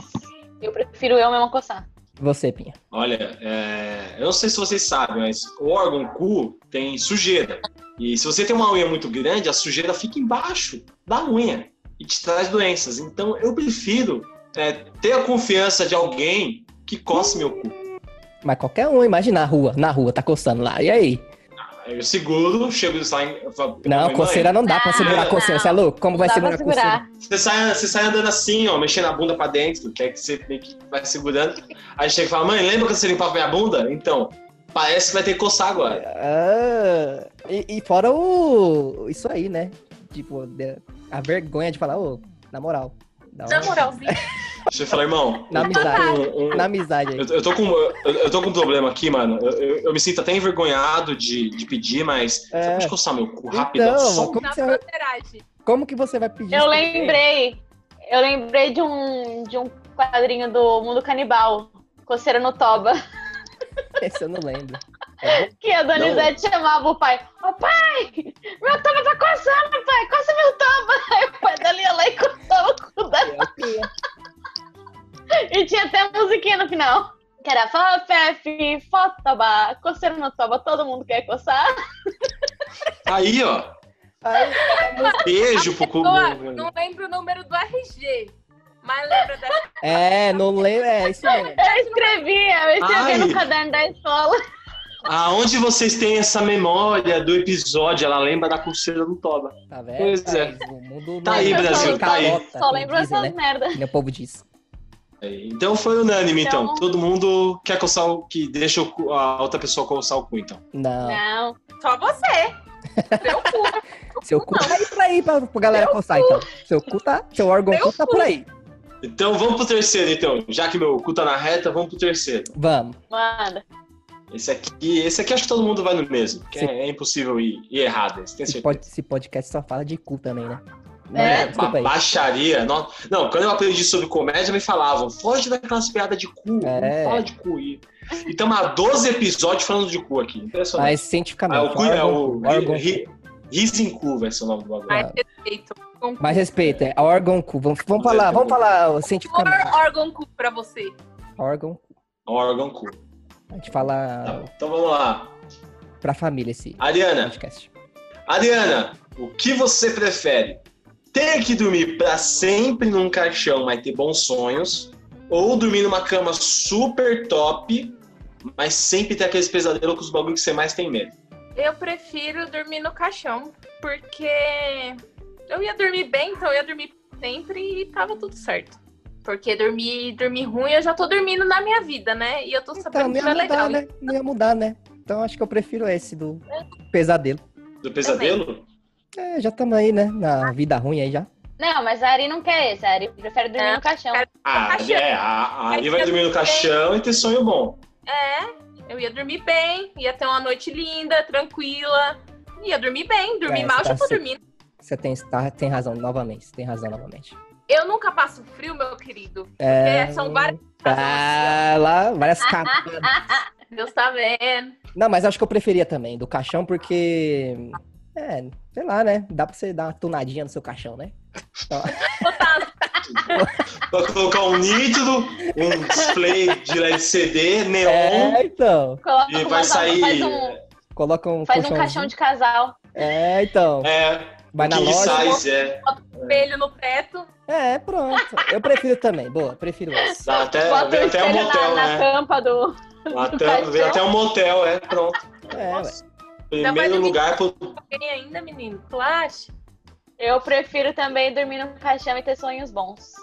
Eu prefiro eu mesma coçar. Você, Pinha. Olha, é, eu não sei se vocês sabem, mas o órgão cu tem sujeira. E se você tem uma unha muito grande, a sujeira fica embaixo da unha e te traz doenças. Então eu prefiro é, ter a confiança de alguém que coce meu cu. Mas qualquer um, imagina na rua, na rua, tá coçando lá. E aí? Aí Eu seguro, chego e saio. eu falo, Não, "Mãe, coceira não dá pra segurar a coceira. Você é louco? Como vai Ah! Dá segurar pra a coceira? segurar. Você sai, você sai andando assim, ó, mexendo a bunda pra dentro, que é que você meio que vai segurando. Aí chega e fala, mãe, lembra quando você limpava minha bunda? Então, parece que vai ter que coçar agora. Ah, e, e fora o. Isso aí, né? Tipo, de- a vergonha de falar, ô, na moral. da hora. Na moralzinha. É Você fala, irmão, Na amizade. um- um- Na amizade aí. eu, eu tô com, eu, eu tô com um problema aqui, mano. Eu, eu- eu me sinto até envergonhado de, de pedir, mas É. você pode coçar meu cu Então, rápido? Só- um como- Na que você- broderagem. Como que é. você vai pedir Eu isso? lembrei. Eu lembrei de um, de um quadrinho do Mundo Canibal, Coceira no Toba, Esse eu não lembro. É bom? que a Donizete chamava o pai. Ô pai, meu toba tá coçando, pai, coça meu toba. Aí o pai dela ia lá e coçava o cu da É o quê? E tinha até a musiquinha no final. Que era Fafef, Fotoba, coceira no toba, todo mundo quer coçar. Tá Aí, ó, Aí, beijo pro cu. Boa, não lembro o número do RG. Mas lembra da é, não lembro. É isso mesmo. Eu escrevia, eu escrevia Ai. no caderno da escola. Aonde vocês têm essa memória do episódio? Ela lembra da pulseira do Toba. Tá vendo? Pois é. Mas O mundo Tá aí, não- Brasil, tá aí. Capota, Só como lembro dizem, essas né? merda. Que nem o povo diz. Então foi unânime, então. Então- Todo mundo quer coçar o que deixa o cu- a outra pessoa coçar o cu, então. Não. Não. Só você. Seu cu. Seu cu tá aí pra aí, pra, pra galera coçar, então. Seu cu tá. Seu órgão Meu cu tá por aí. Então vamos pro terceiro, então. Já que meu cu tá na reta, vamos pro terceiro. Vamos. Manda. Esse aqui, esse aqui acho que todo mundo vai no mesmo. que Sim. é, é impossível ir, ir errado. Você tem Esse, certeza? pod- esse podcast só fala de cu também, né? É, É, desculpa aí. baixaria. Não, não, quando eu aprendi sobre comédia, me falavam, foge daquelas piadas de cu, É. não fala de cu. E estamos há 12 episódios falando de cu aqui. Impressionante. Mas cientificamente. Ah, o cu é órgão- o órgão- ri- Risin Cu vai ser o nome do bagulho. Ai, perfeito. Órgão cu. Mais respeito, é órgão cu. Vamos, vamos Não falar, é vamos teu cu. falar ó, Por cientificamente. órgão cu pra você. Órgão, É um Órgão cu. a gente fala Tá, Ah, é. então vamos lá. pra família esse Ariana, podcast. Ariana, o que você prefere? Ter que dormir pra sempre num caixão, mas ter bons sonhos? Ou dormir numa cama super top, mas sempre ter aqueles pesadelos com os bagulhos que você mais tem medo? Eu prefiro dormir no caixão, porque eu ia dormir bem, então eu ia dormir sempre e tava tudo certo. Porque dormir, dormir ruim, eu já tô dormindo na minha vida, né? E eu tô Então, sabendo não que ia não é mudar, legal. né? Não ia mudar, né? Então acho que eu prefiro esse do pesadelo. Do pesadelo? É, já estamos aí, né? Na vida ruim aí já. Não, mas a Ari não quer esse. A Ari prefere dormir Não, no caixão. quero- Ah, caixão. é, a, a Aí Ali vai fica dormir no bem. caixão e ter sonho bom. É, eu ia dormir bem, ia ter uma noite linda, tranquila. Ia dormir bem, dormir É, mal, tá já tô certo. dormindo. Você tem, tá- tem razão novamente. Você tem razão novamente. Eu nunca passo frio, meu querido. É, Porque são várias. Tá lá, várias camadas. Deus tá vendo. Não, mas acho que eu preferia também, do caixão, porque. É, sei lá, né? Dá pra você dar uma tunadinha no seu caixão, né? Vai colocar um nítido, um display de LCD, neon, É, então. Coloca e vai umas almas, sair Faz um, Coloca um faz um caixão de casal. É, então. é, Vai na king loja. size, é. Espelho no teto. É, pronto. Eu prefiro também. Boa, prefiro esse. Dá até, Bota vem o até um espelho motel, na, na né? tampa do. Até, vem caixão. até um motel, é, pronto. É, ué. vai Primeiro dormir. lugar pro Alguém ainda, menino? Tu acha? Eu prefiro também dormir no caixão e ter sonhos bons.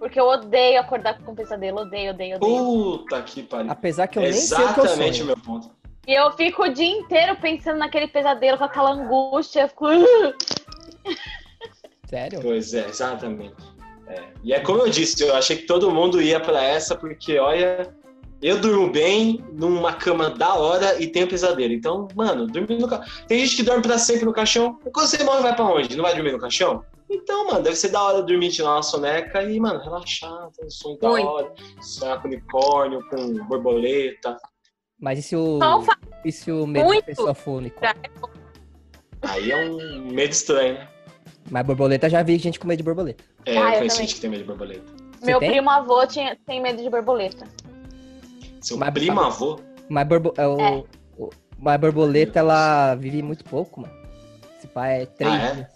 Porque eu odeio acordar com pesadelo. Odeio, odeio, Uh. odeio. Puta que pariu. Apesar que Ah, eu nem sei o que eu Exatamente o sonho. meu ponto. E eu fico o dia inteiro pensando naquele pesadelo, com aquela angústia. Eu fico. "Ah." Sério? Pois é, exatamente. É. E é como eu disse, eu achei que todo mundo ia pra essa, porque olha, Eu durmo bem numa cama da hora e tenho pesadelo. Então, mano, dormir no ca... Tem gente que dorme pra sempre no caixão. Quando você morre, vai pra onde? Não vai dormir no caixão? Então, mano, deve ser da hora dormir, tirar uma soneca e, mano, relaxar, ter um sonho da Muito. hora. Sonhar com unicórnio, com borboleta. Mas e se o, Só o fato e se o medo Muito. é fone? já é bom. Aí é um medo estranho, né? Mas borboleta, já vi gente com medo de borboleta. É, Ah, eu eu conheci também. gente que tem medo de borboleta. Meu tem? primo avô tinha, tem medo de borboleta. Seu Mas- primo avô. Mas, borbo, é o, É. o- mas borboleta, Deus. ela vive muito pouco, mano. Esse pai é três Ah, é? dias.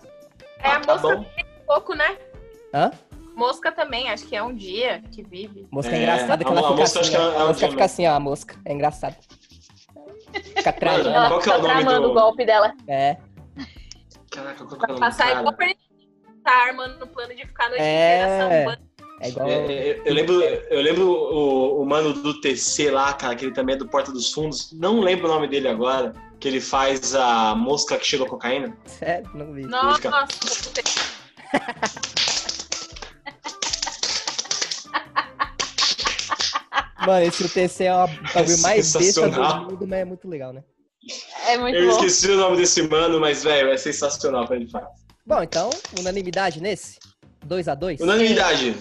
É a Ah, tá mosca bom. um pouco, né? Hã? Mosca também, acho que é um dia que vive. Mosca é, É, engraçada que a ela mo- a fica mosca assim, acho que é um ó. ela- ela a mosca tinha fica medo. assim, ó, a mosca. É engraçado. Fica atrás, né? Mano, Ela Qual que é fica o nome tramando do- o golpe dela. é. Caraca, qual que é o Vai nome passar do cara? igual pra ele tá armando no plano de ficar a noite É. inteira sambando. É igual... É, é, eu lembro, eu lembro o, o mano do TC lá, cara, que ele também é do Porta dos Fundos. Não lembro o nome dele agora. Que ele faz a mosca que cheirou cocaína. Sério, não vi. Nossa, Fica- você- Mano, esse UTC é o bagulho mais besta do sensacional. mundo, mas é muito legal, né? É muito Eu bom. esqueci o nome desse mano, mas, velho, é sensacional pra ele falar. Bom, então, unanimidade nesse? 2 a 2 Unanimidade.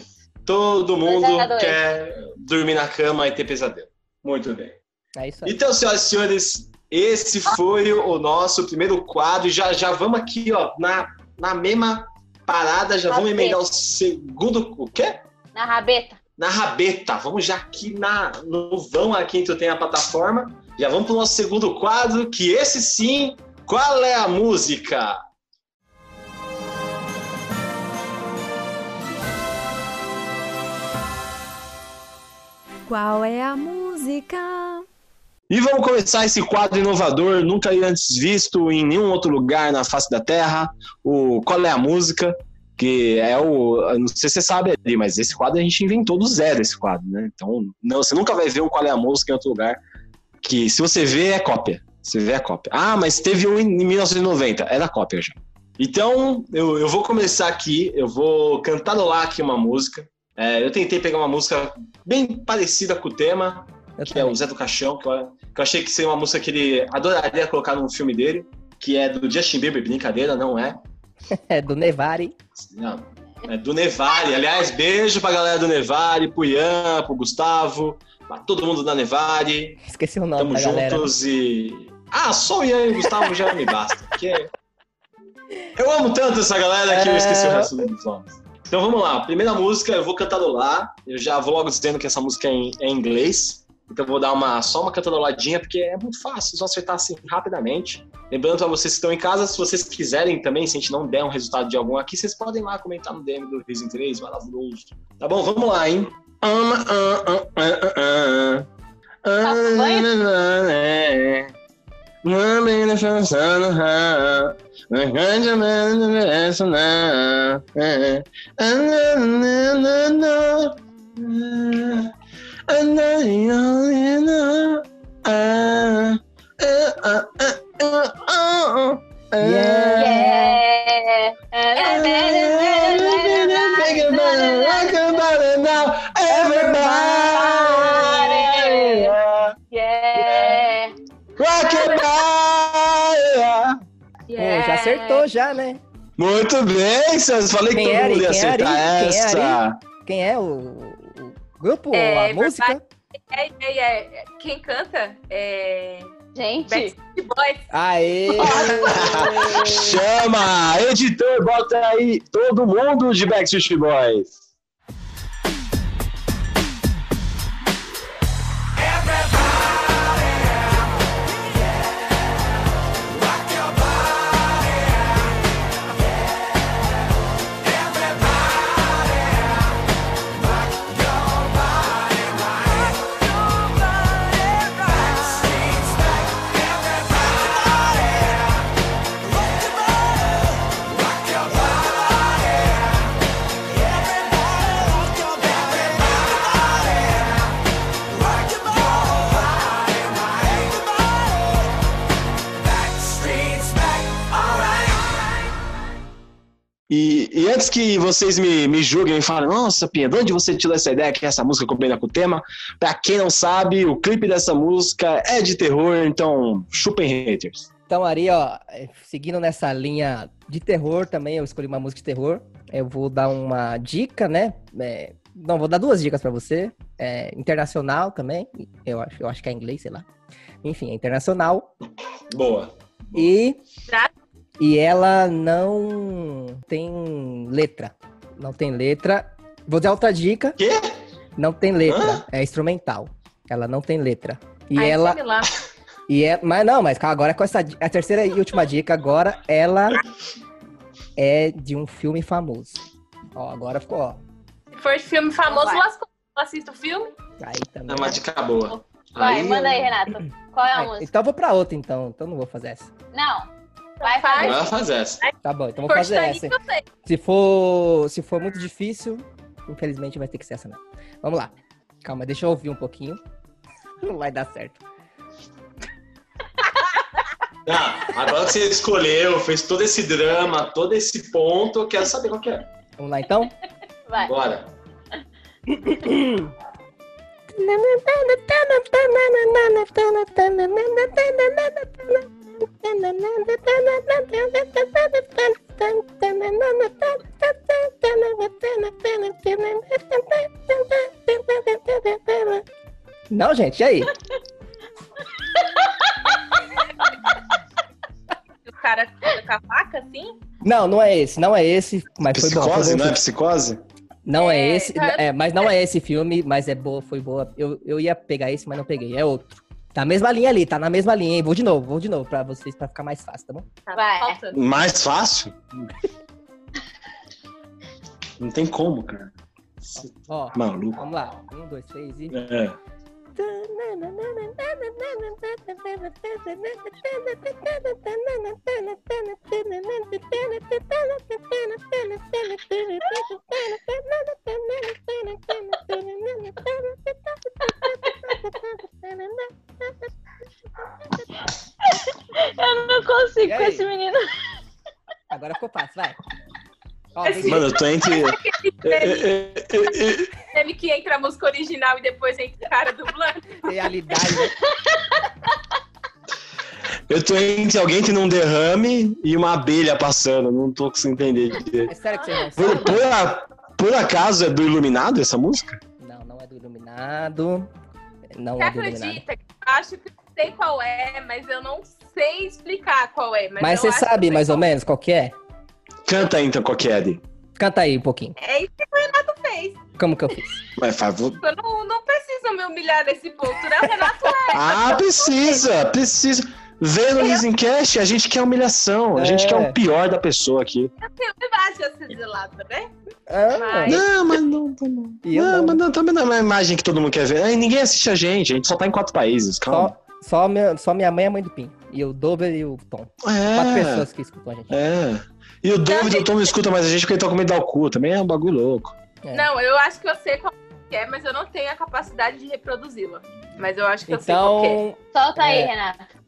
Todo mundo Dois a dois. quer dormir na cama e ter pesadelo. Muito bem. É Tá. isso aí. Então, senhoras e senhores, esse foi o nosso primeiro quadro. Já, já vamos aqui, ó, na, na mesma parada, já vamos Rabeta. emendar o segundo. O quê? Na rabeta. Na rabeta. Vamos já aqui na, no vão aqui entre tem a plataforma. Já vamos pro nosso segundo quadro, que esse sim. Qual é a música? Qual é a música? E vamos começar esse quadro inovador, nunca antes visto em nenhum outro lugar na face da Terra. O Qual é a música? Que é o. eu Não sei se você sabe ali, mas esse quadro a gente inventou do zero esse quadro, né? Então, não, você nunca vai ver o Qual é a música em outro lugar. Que se você vê, é cópia. Se vê, é cópia. Ah, mas teve um em 1990. Era é cópia já. Então, eu, eu vou começar aqui, eu vou cantarolar aqui uma música. É, eu tentei pegar uma música bem parecida com o tema, Eu que é o também. Zé do Caixão, que eu, que eu achei que seria uma música que ele adoraria colocar num filme dele, que é do Justin Bieber, brincadeira, não é? É do Nevari. Não. É do Nevari. Aliás, beijo pra galera do Nevari, pro Ian, pro Gustavo, pra todo mundo da Nevari. Esqueci o nome Tamo da galera. juntos e. Ah, só o Ian e o Gustavo já me basta. Porque... Eu amo tanto essa galera que eu esqueci o É. resto dos nomes. Então vamos lá, primeira música eu vou cantarolar. Eu já vou logo dizendo que essa música é em, é em inglês. Então eu vou dar uma, só uma cantaroladinha, porque é muito fácil, vocês vão acertar assim rapidamente. Lembrando pra vocês que estão em casa, se vocês quiserem também, se a gente não der um resultado de algum aqui, vocês podem lá comentar no DM do Reason 3, maravilhoso. Tá bom, vamos lá, hein? Ah, ah, ah, ah, ah, ah. Tá com banho? é, Uma menina pensando, ah, uma grande menina pensando, ah, ah, ah, na, na, na, na, ah, ah, na, na, na, ah, ah, ah, ah, ah, ah, ah. Yeah. É. Everybody, Yeah. rock and roll. é, Pô, já acertou já, né? Muito bem, Santos. Falei Quem que todo era, mundo ia quem era, acertar quem é? era, essa. Quem é o, o grupo? É, a música? É, é, é, é. Quem canta é. Gente, Backstreet Boys. Aê! Chama! Editor, bota aí todo mundo de Backstreet Boys. Rock your body, rock your body, everybody. E, e antes que vocês me, me julguem e falem, nossa, Pinha, de onde você tirou essa ideia que essa música combina com o tema? Pra quem não sabe, o clipe dessa música é de terror, então chupem haters. Então, Ari, ó, eh, seguindo nessa linha de terror também, eu escolhi uma música de terror. Eu vou dar uma dica, né? É, não, vou dar duas dicas pra você. É, internacional também. Eu acho, eu acho que é inglês, sei lá. Enfim, é internacional. Boa. E. Já? E ela não tem letra. Não tem letra. Vou dar outra dica. Quê? Não tem letra. Hã? É instrumental. Ela não tem letra. E Ai, ela. sei lá. E é, mas não, mas calma, agora com essa di- a terceira e última dica agora, ela é de um filme famoso. Ó, agora ficou, ó. Se for filme famoso, Vai. lascou. Não assisto filme. Aí É também. uma dica boa. Vai, Aí- manda aí, Renato. Qual é a Ai, música? então eu vou pra outra então, então não vou fazer essa. Não. Vai Faz. fazer. Vai fazer essa. Tá bom, então eu vou fazer Titanic, essa. eu sei. Se for, se for muito difícil, infelizmente vai ter que ser essa mesmo. Vamos lá. Calma, deixa eu ouvir um pouquinho. Não vai dar certo. Ah, agora que você escolheu, fez todo esse drama, todo esse ponto, eu quero saber qual que é. Vamos lá então? Vai. Bora. Não, gente, e aí? O cara anda com a faca, assim. Não, não é esse, não é esse, mas foi bom. Psicose, foi bom. não é psicose? Não é, É, esse, já- é, mas não é esse filme, mas é boa, foi boa. Eu, eu ia pegar esse, mas não peguei, é outro. Tá na mesma linha ali, tá na mesma linha, hein? Vou de novo, vou de novo pra vocês, pra ficar mais fácil, tá bom? Tá Vai. faltando. Mais fácil? Não tem como, cara. Esse Ó, Maluco. vamos lá. Um, dois, três e... É. Eu não E consigo com aí? esse menino. Agora ficou fácil, vai. Ó, Esse- vem- Mano, eu tô entre. Aquele filme- É, filme que entra a música original e depois entra o cara dublando. realidade, né? Eu tô entre alguém que não derrame e uma abelha passando. Não tô conseguindo entender. direito. É sério que vocês não Por, sabem? por a- por acaso é do Iluminado essa música? Não, não é do Iluminado. Não Você é do Iluminado. acredita? Acho que sei qual é, mas eu não sei explicar qual é. Mas, Mas eu você acho sabe que mais ou foi- menos qual que é? Canta aí, então qual que é, Ed? Canta aí um pouquinho. É isso que o Renato fez. Como que eu fiz? Mas, faz- vou- Eu não, não preciso me humilhar nesse ponto, né, Renato? Ah, precisa, precisa. Vê no Lisencast, a gente quer humilhação. A gente É. quer o pior da pessoa aqui. Você vai ser é acinzelado, né? Ah, Mas- Não, mas não, tá bom. E eu não, não. mas não, também não é uma imagem que todo mundo quer ver. Aí ninguém assiste a gente, a gente só tá em quatro países, calma. Só, só, minha, só minha mãe e a mãe do Pim. E o Dober e o Tom. Quatro É, pessoas que escutam a gente. é. E Então, o David e assim, o Tom não escutam mais a gente porque ele tá com medo de dar o cu. Também é um bagulho louco. É. Não, eu acho que eu sei qual que é, mas eu não tenho a capacidade de reproduzi-la. Mas eu acho que eu sei qual que é. Então, Solta aí, É. Renato.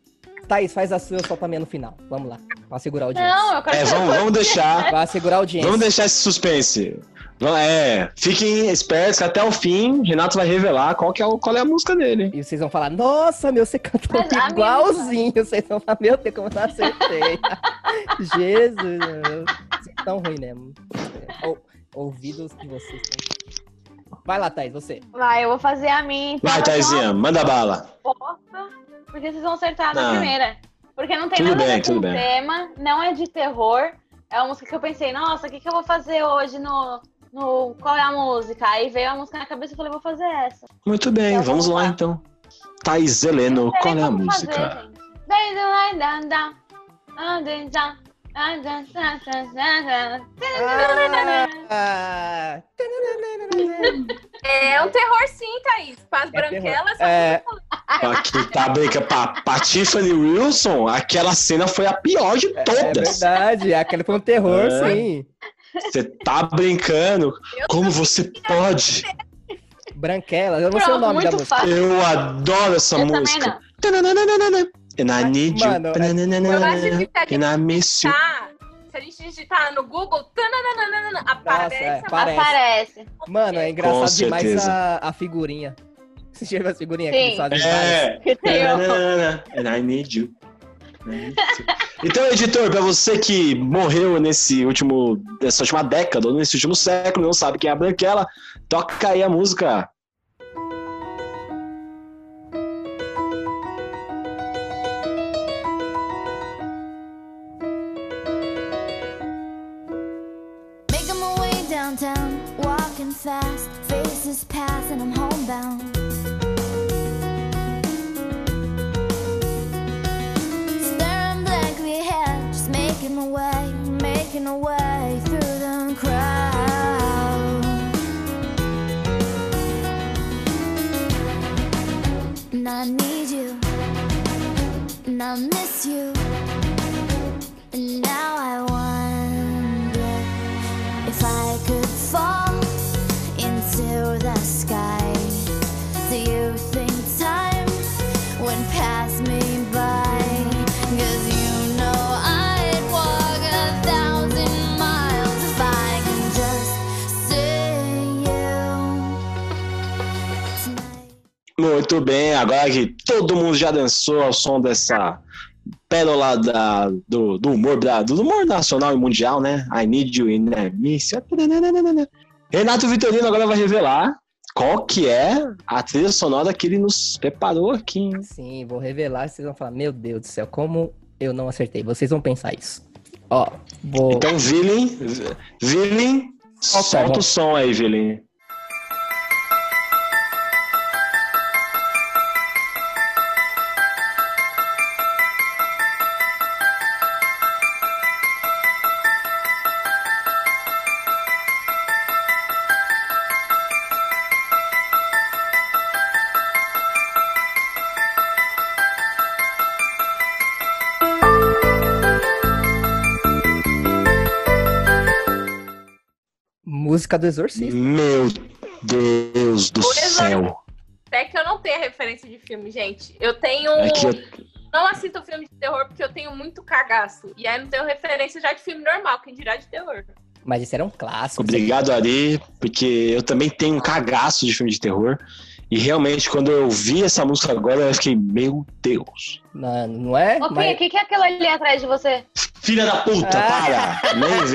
Thaís, faz a sua, eu solto a minha no final. Vamos lá. Pra segurar a audiência. Não, eu quero É, vamos, vamos deixar. Pra segurar a audiência. Vamos deixar esse suspense. Va- É, fiquem espertos que até o fim Renato vai revelar qual, que é, o- qual é a música dele. E vocês vão falar, nossa, meu, você cantou Mas a minha- igualzinho. Vocês vão falar, meu Deus, como eu não acertei. Jesus, né, meu. Vocês tão ruim mesmo. Ou- ouvidos que vocês têm. Vai lá, Thaís, você. Vai, eu vou fazer a minha. então. Vai, Eu sou uma Taizinha, manda bala. bosta, porque vocês vão acertar na Não. primeira. Porque não tem Ah. Tudo nada a bem, ver com tudo o bem. tema, não é de terror. É uma música que eu pensei, nossa, o que, que eu vou fazer hoje no, no. Qual é a música? Aí veio a música na cabeça e eu falei, vou fazer essa. Muito bem, Então, vamos vamos lá lá. então. Thaís Heleno, Não sei qual nem é a como música? fazer, gente. Daí do lá, dá, dá, ah, dá, dá, ah, dá, dá, dá, dá, dá. Ah, É um terror sim, Thaís. Com as É terror. branquelas, É. Aqui tá brinca pra, pra Tiffany Wilson, aquela cena foi a pior de é todas. verdade, aquele foi um terror, É. sim. Você tá brincando. Como você pode? Branquela, eu não sei o Pronto, nome da muito música. fácil. Eu adoro essa Eu também música. não. Tananana. And I need you. Mano, é- Tananana. Eu acho que tá de- tipo And I miss you. tá. Se a gente digitar no Google, tananana, Nossa, é, aparece a parece. Aparece. Mano, é engraçado Com demais certeza. a, a figurinha. Você já viu as figurinhas que Sim. eles fazem? várias? É. Nananana, And I need you. I need you. Então, editor, pra você que morreu nesse último, nessa última década, ou nesse último século, não sabe quem é a Branquela, toca aí a música. Making my way downtown, walking fast, faces pass and I'm homebound. Staring blankly ahead, just making my way, making my way through the crowd. And I need you, and I miss you, and now I wonder. If I could fall into the sky, do you think time would pass me by? Cause you know I'd walk a thousand miles if I can just see you tonight. Muito bem, agora que todo mundo já dançou ao som dessa pérola da, do, do humor bra- do humor nacional e mundial, né? I need you in a miss. you. Renato Vitorino agora vai revelar qual que é a trilha sonora que ele nos preparou aqui. hein? Sim, vou revelar e vocês vão falar, meu Deus do céu, como eu não acertei. Vocês vão pensar isso. Ó, vou... Então, Villain, Villain, Opa, solta bom. o som aí, Villain. Música do Exorcista. Meu Deus do Coisa- céu. Até que eu não tenho referência de filme, gente. Eu tenho. É que eu- Não assisto filme de terror porque eu tenho muito cagaço. E aí não tenho referência já de filme normal, quem dirá de terror. Mas isso era um clássico. Obrigado, Ari, porque eu também tenho um cagaço de filme de terror. E realmente, quando eu vi essa música agora, eu fiquei, meu Deus. Mano, não é? Ô, Pinho, o Mas- que, que é aquilo ali atrás de você? Filha da puta, Ah. para! Nem vem!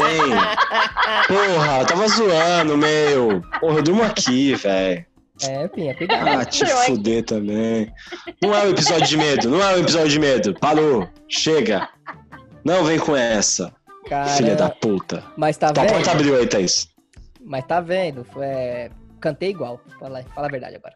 Porra, eu tava zoando, meu! Porra, eu durmo aqui, velho. É, Pinha, cuidado. Ah, te fuder também. Não é um episódio de medo, não é um episódio de medo. Parou, chega. Não vem com essa, Cara, filha da puta. Mas tá Tua porta vendo? abriu aí, Thaís. Mas tá vendo? Foi... é, Cantei igual. Fala, fala a verdade agora.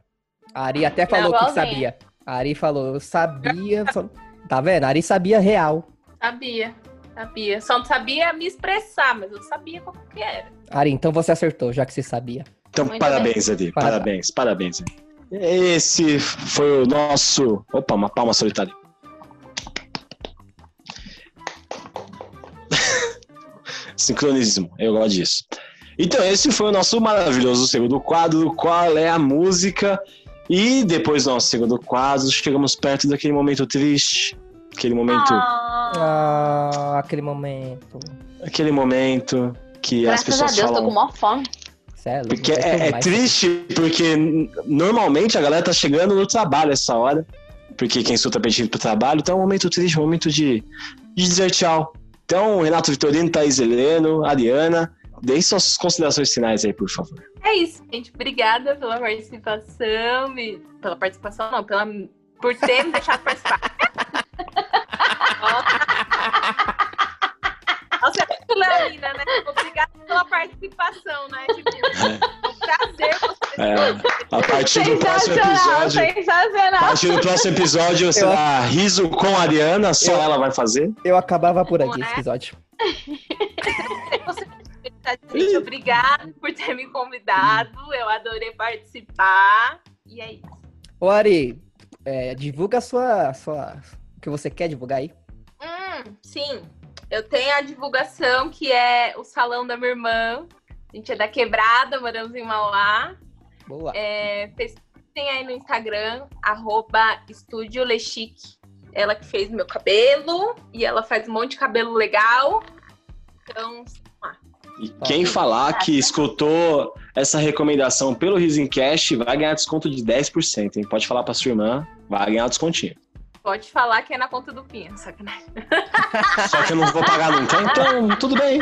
A Ari até falou que igualzinho. sabia. A Ari falou, eu sabia. só- Tá vendo? A Ari sabia real. Sabia, sabia. Só não sabia me expressar, mas eu sabia qual que era. Ari, então você acertou, já que você sabia. Então, Muito parabéns, Adi. Parabéns. Parabéns, parabéns. Adi. Esse foi o nosso. Opa, uma palma solitária. Sincronismo, eu gosto disso. Então, esse foi o nosso maravilhoso segundo quadro, qual é a música? E depois do nosso segundo quadro, chegamos perto daquele momento triste, aquele momento, Ah, Ah, aquele momento. aquele momento que as graças pessoas a Deus, falam. tô com maior fome. Cê é louco, Porque vai é, é tomar isso. triste, porque n- normalmente a galera tá chegando no trabalho essa hora. Porque quem escuta pedindo pro trabalho, então é um momento triste, um momento de, de dizer tchau. Então, Renato Vitorino, Thaís Heleno, Ariana, deem suas considerações finais aí, por favor. É isso, gente. Obrigada pela participação. me- Pela participação, não, pela... por ter me deixado participar. Nossa. Nossa, é muito leonina, né? Obrigada pela participação, né? Tipo, é um prazer você. É, a partir do próximo Sensacional, episódio. A sensacional. partir do próximo episódio será riso com a Ariana, só Eu- ela vai fazer. um- Eu acabava por aqui Não é? esse episódio. você tá, gente, obrigada por ter me convidado. Eu adorei participar. E é isso. Ô, Ari, é, divulga a sua, sua. O que você quer divulgar aí? Hum, sim. Eu tenho a divulgação que é o salão da minha irmã. A gente é da Quebrada, moramos em Mauá. Boa. É, pesquisem aí no Instagram, arroba Estúdio Lechique. Ela que fez meu cabelo e ela faz um monte de cabelo legal. Então, E quem falar que escutou essa recomendação pelo Risencast vai ganhar desconto de 10%, hein? Pode falar pra sua irmã, vai ganhar descontinho. pode falar que é na conta do Pinha, sacanagem. Só que eu não vou pagar nunca, então tudo bem.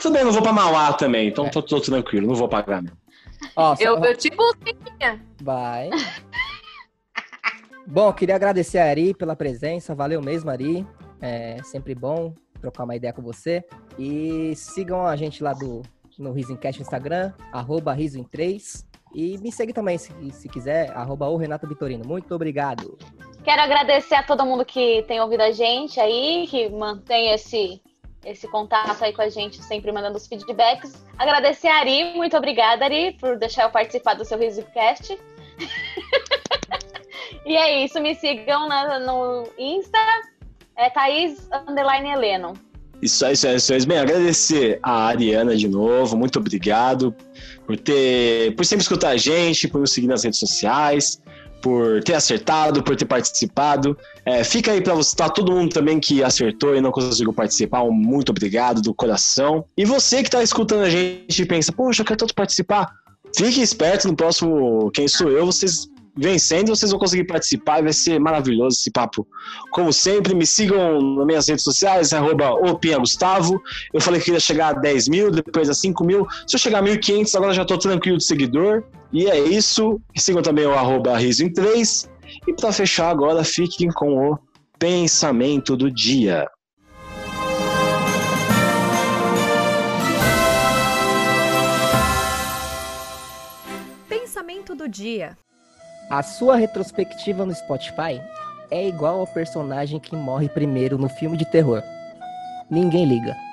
Tudo bem, não vou pra Mauá também, então tô, tô tranquilo, não vou pagar mesmo. Ó, só- Eu, eu tipo Pinha. Vai. bom, queria agradecer a Ari pela presença. Valeu mesmo, Ari. É sempre bom trocar uma ideia com você. E sigam a gente lá do, no Risencast no Instagram, arroba Riso em 3. E me segue também, se, se quiser, arroba o Renato Vitorino. Muito obrigado. Quero agradecer a todo mundo que tem ouvido a gente aí, que mantém esse, esse contato aí com a gente, sempre mandando os feedbacks. Agradecer a Ari, muito obrigada, Ari, por deixar eu participar do seu RisoCast. e é isso, me sigam na- no Insta, é Thaís Underline Heleno. Isso aí, isso aí, isso aí. Bem, agradecer a Ariana de novo, muito obrigado por ter, por sempre escutar a gente, por nos seguir nas redes sociais, por ter acertado, por ter participado. É, fica aí para você, tá todo mundo também que acertou e não conseguiu participar, um muito obrigado do coração. E você que tá escutando a gente e pensa, poxa, eu quero tanto participar, fique esperto no próximo Quem Sou Eu, vocês vencendo, vocês vão conseguir participar e vai ser maravilhoso esse papo como sempre, me sigam nas minhas redes sociais, arroba opinhagustavo. Eu falei que queria chegar a 10 mil, depois a 5 mil. Se eu chegar a 1.500, agora já estou tranquilo de seguidor. E é isso. Sigam também o arroba riso em 3. E para fechar agora, fiquem com o pensamento do dia. Pensamento do dia. A sua retrospectiva no Spotify é igual ao personagem que morre primeiro no filme de terror. Ninguém liga.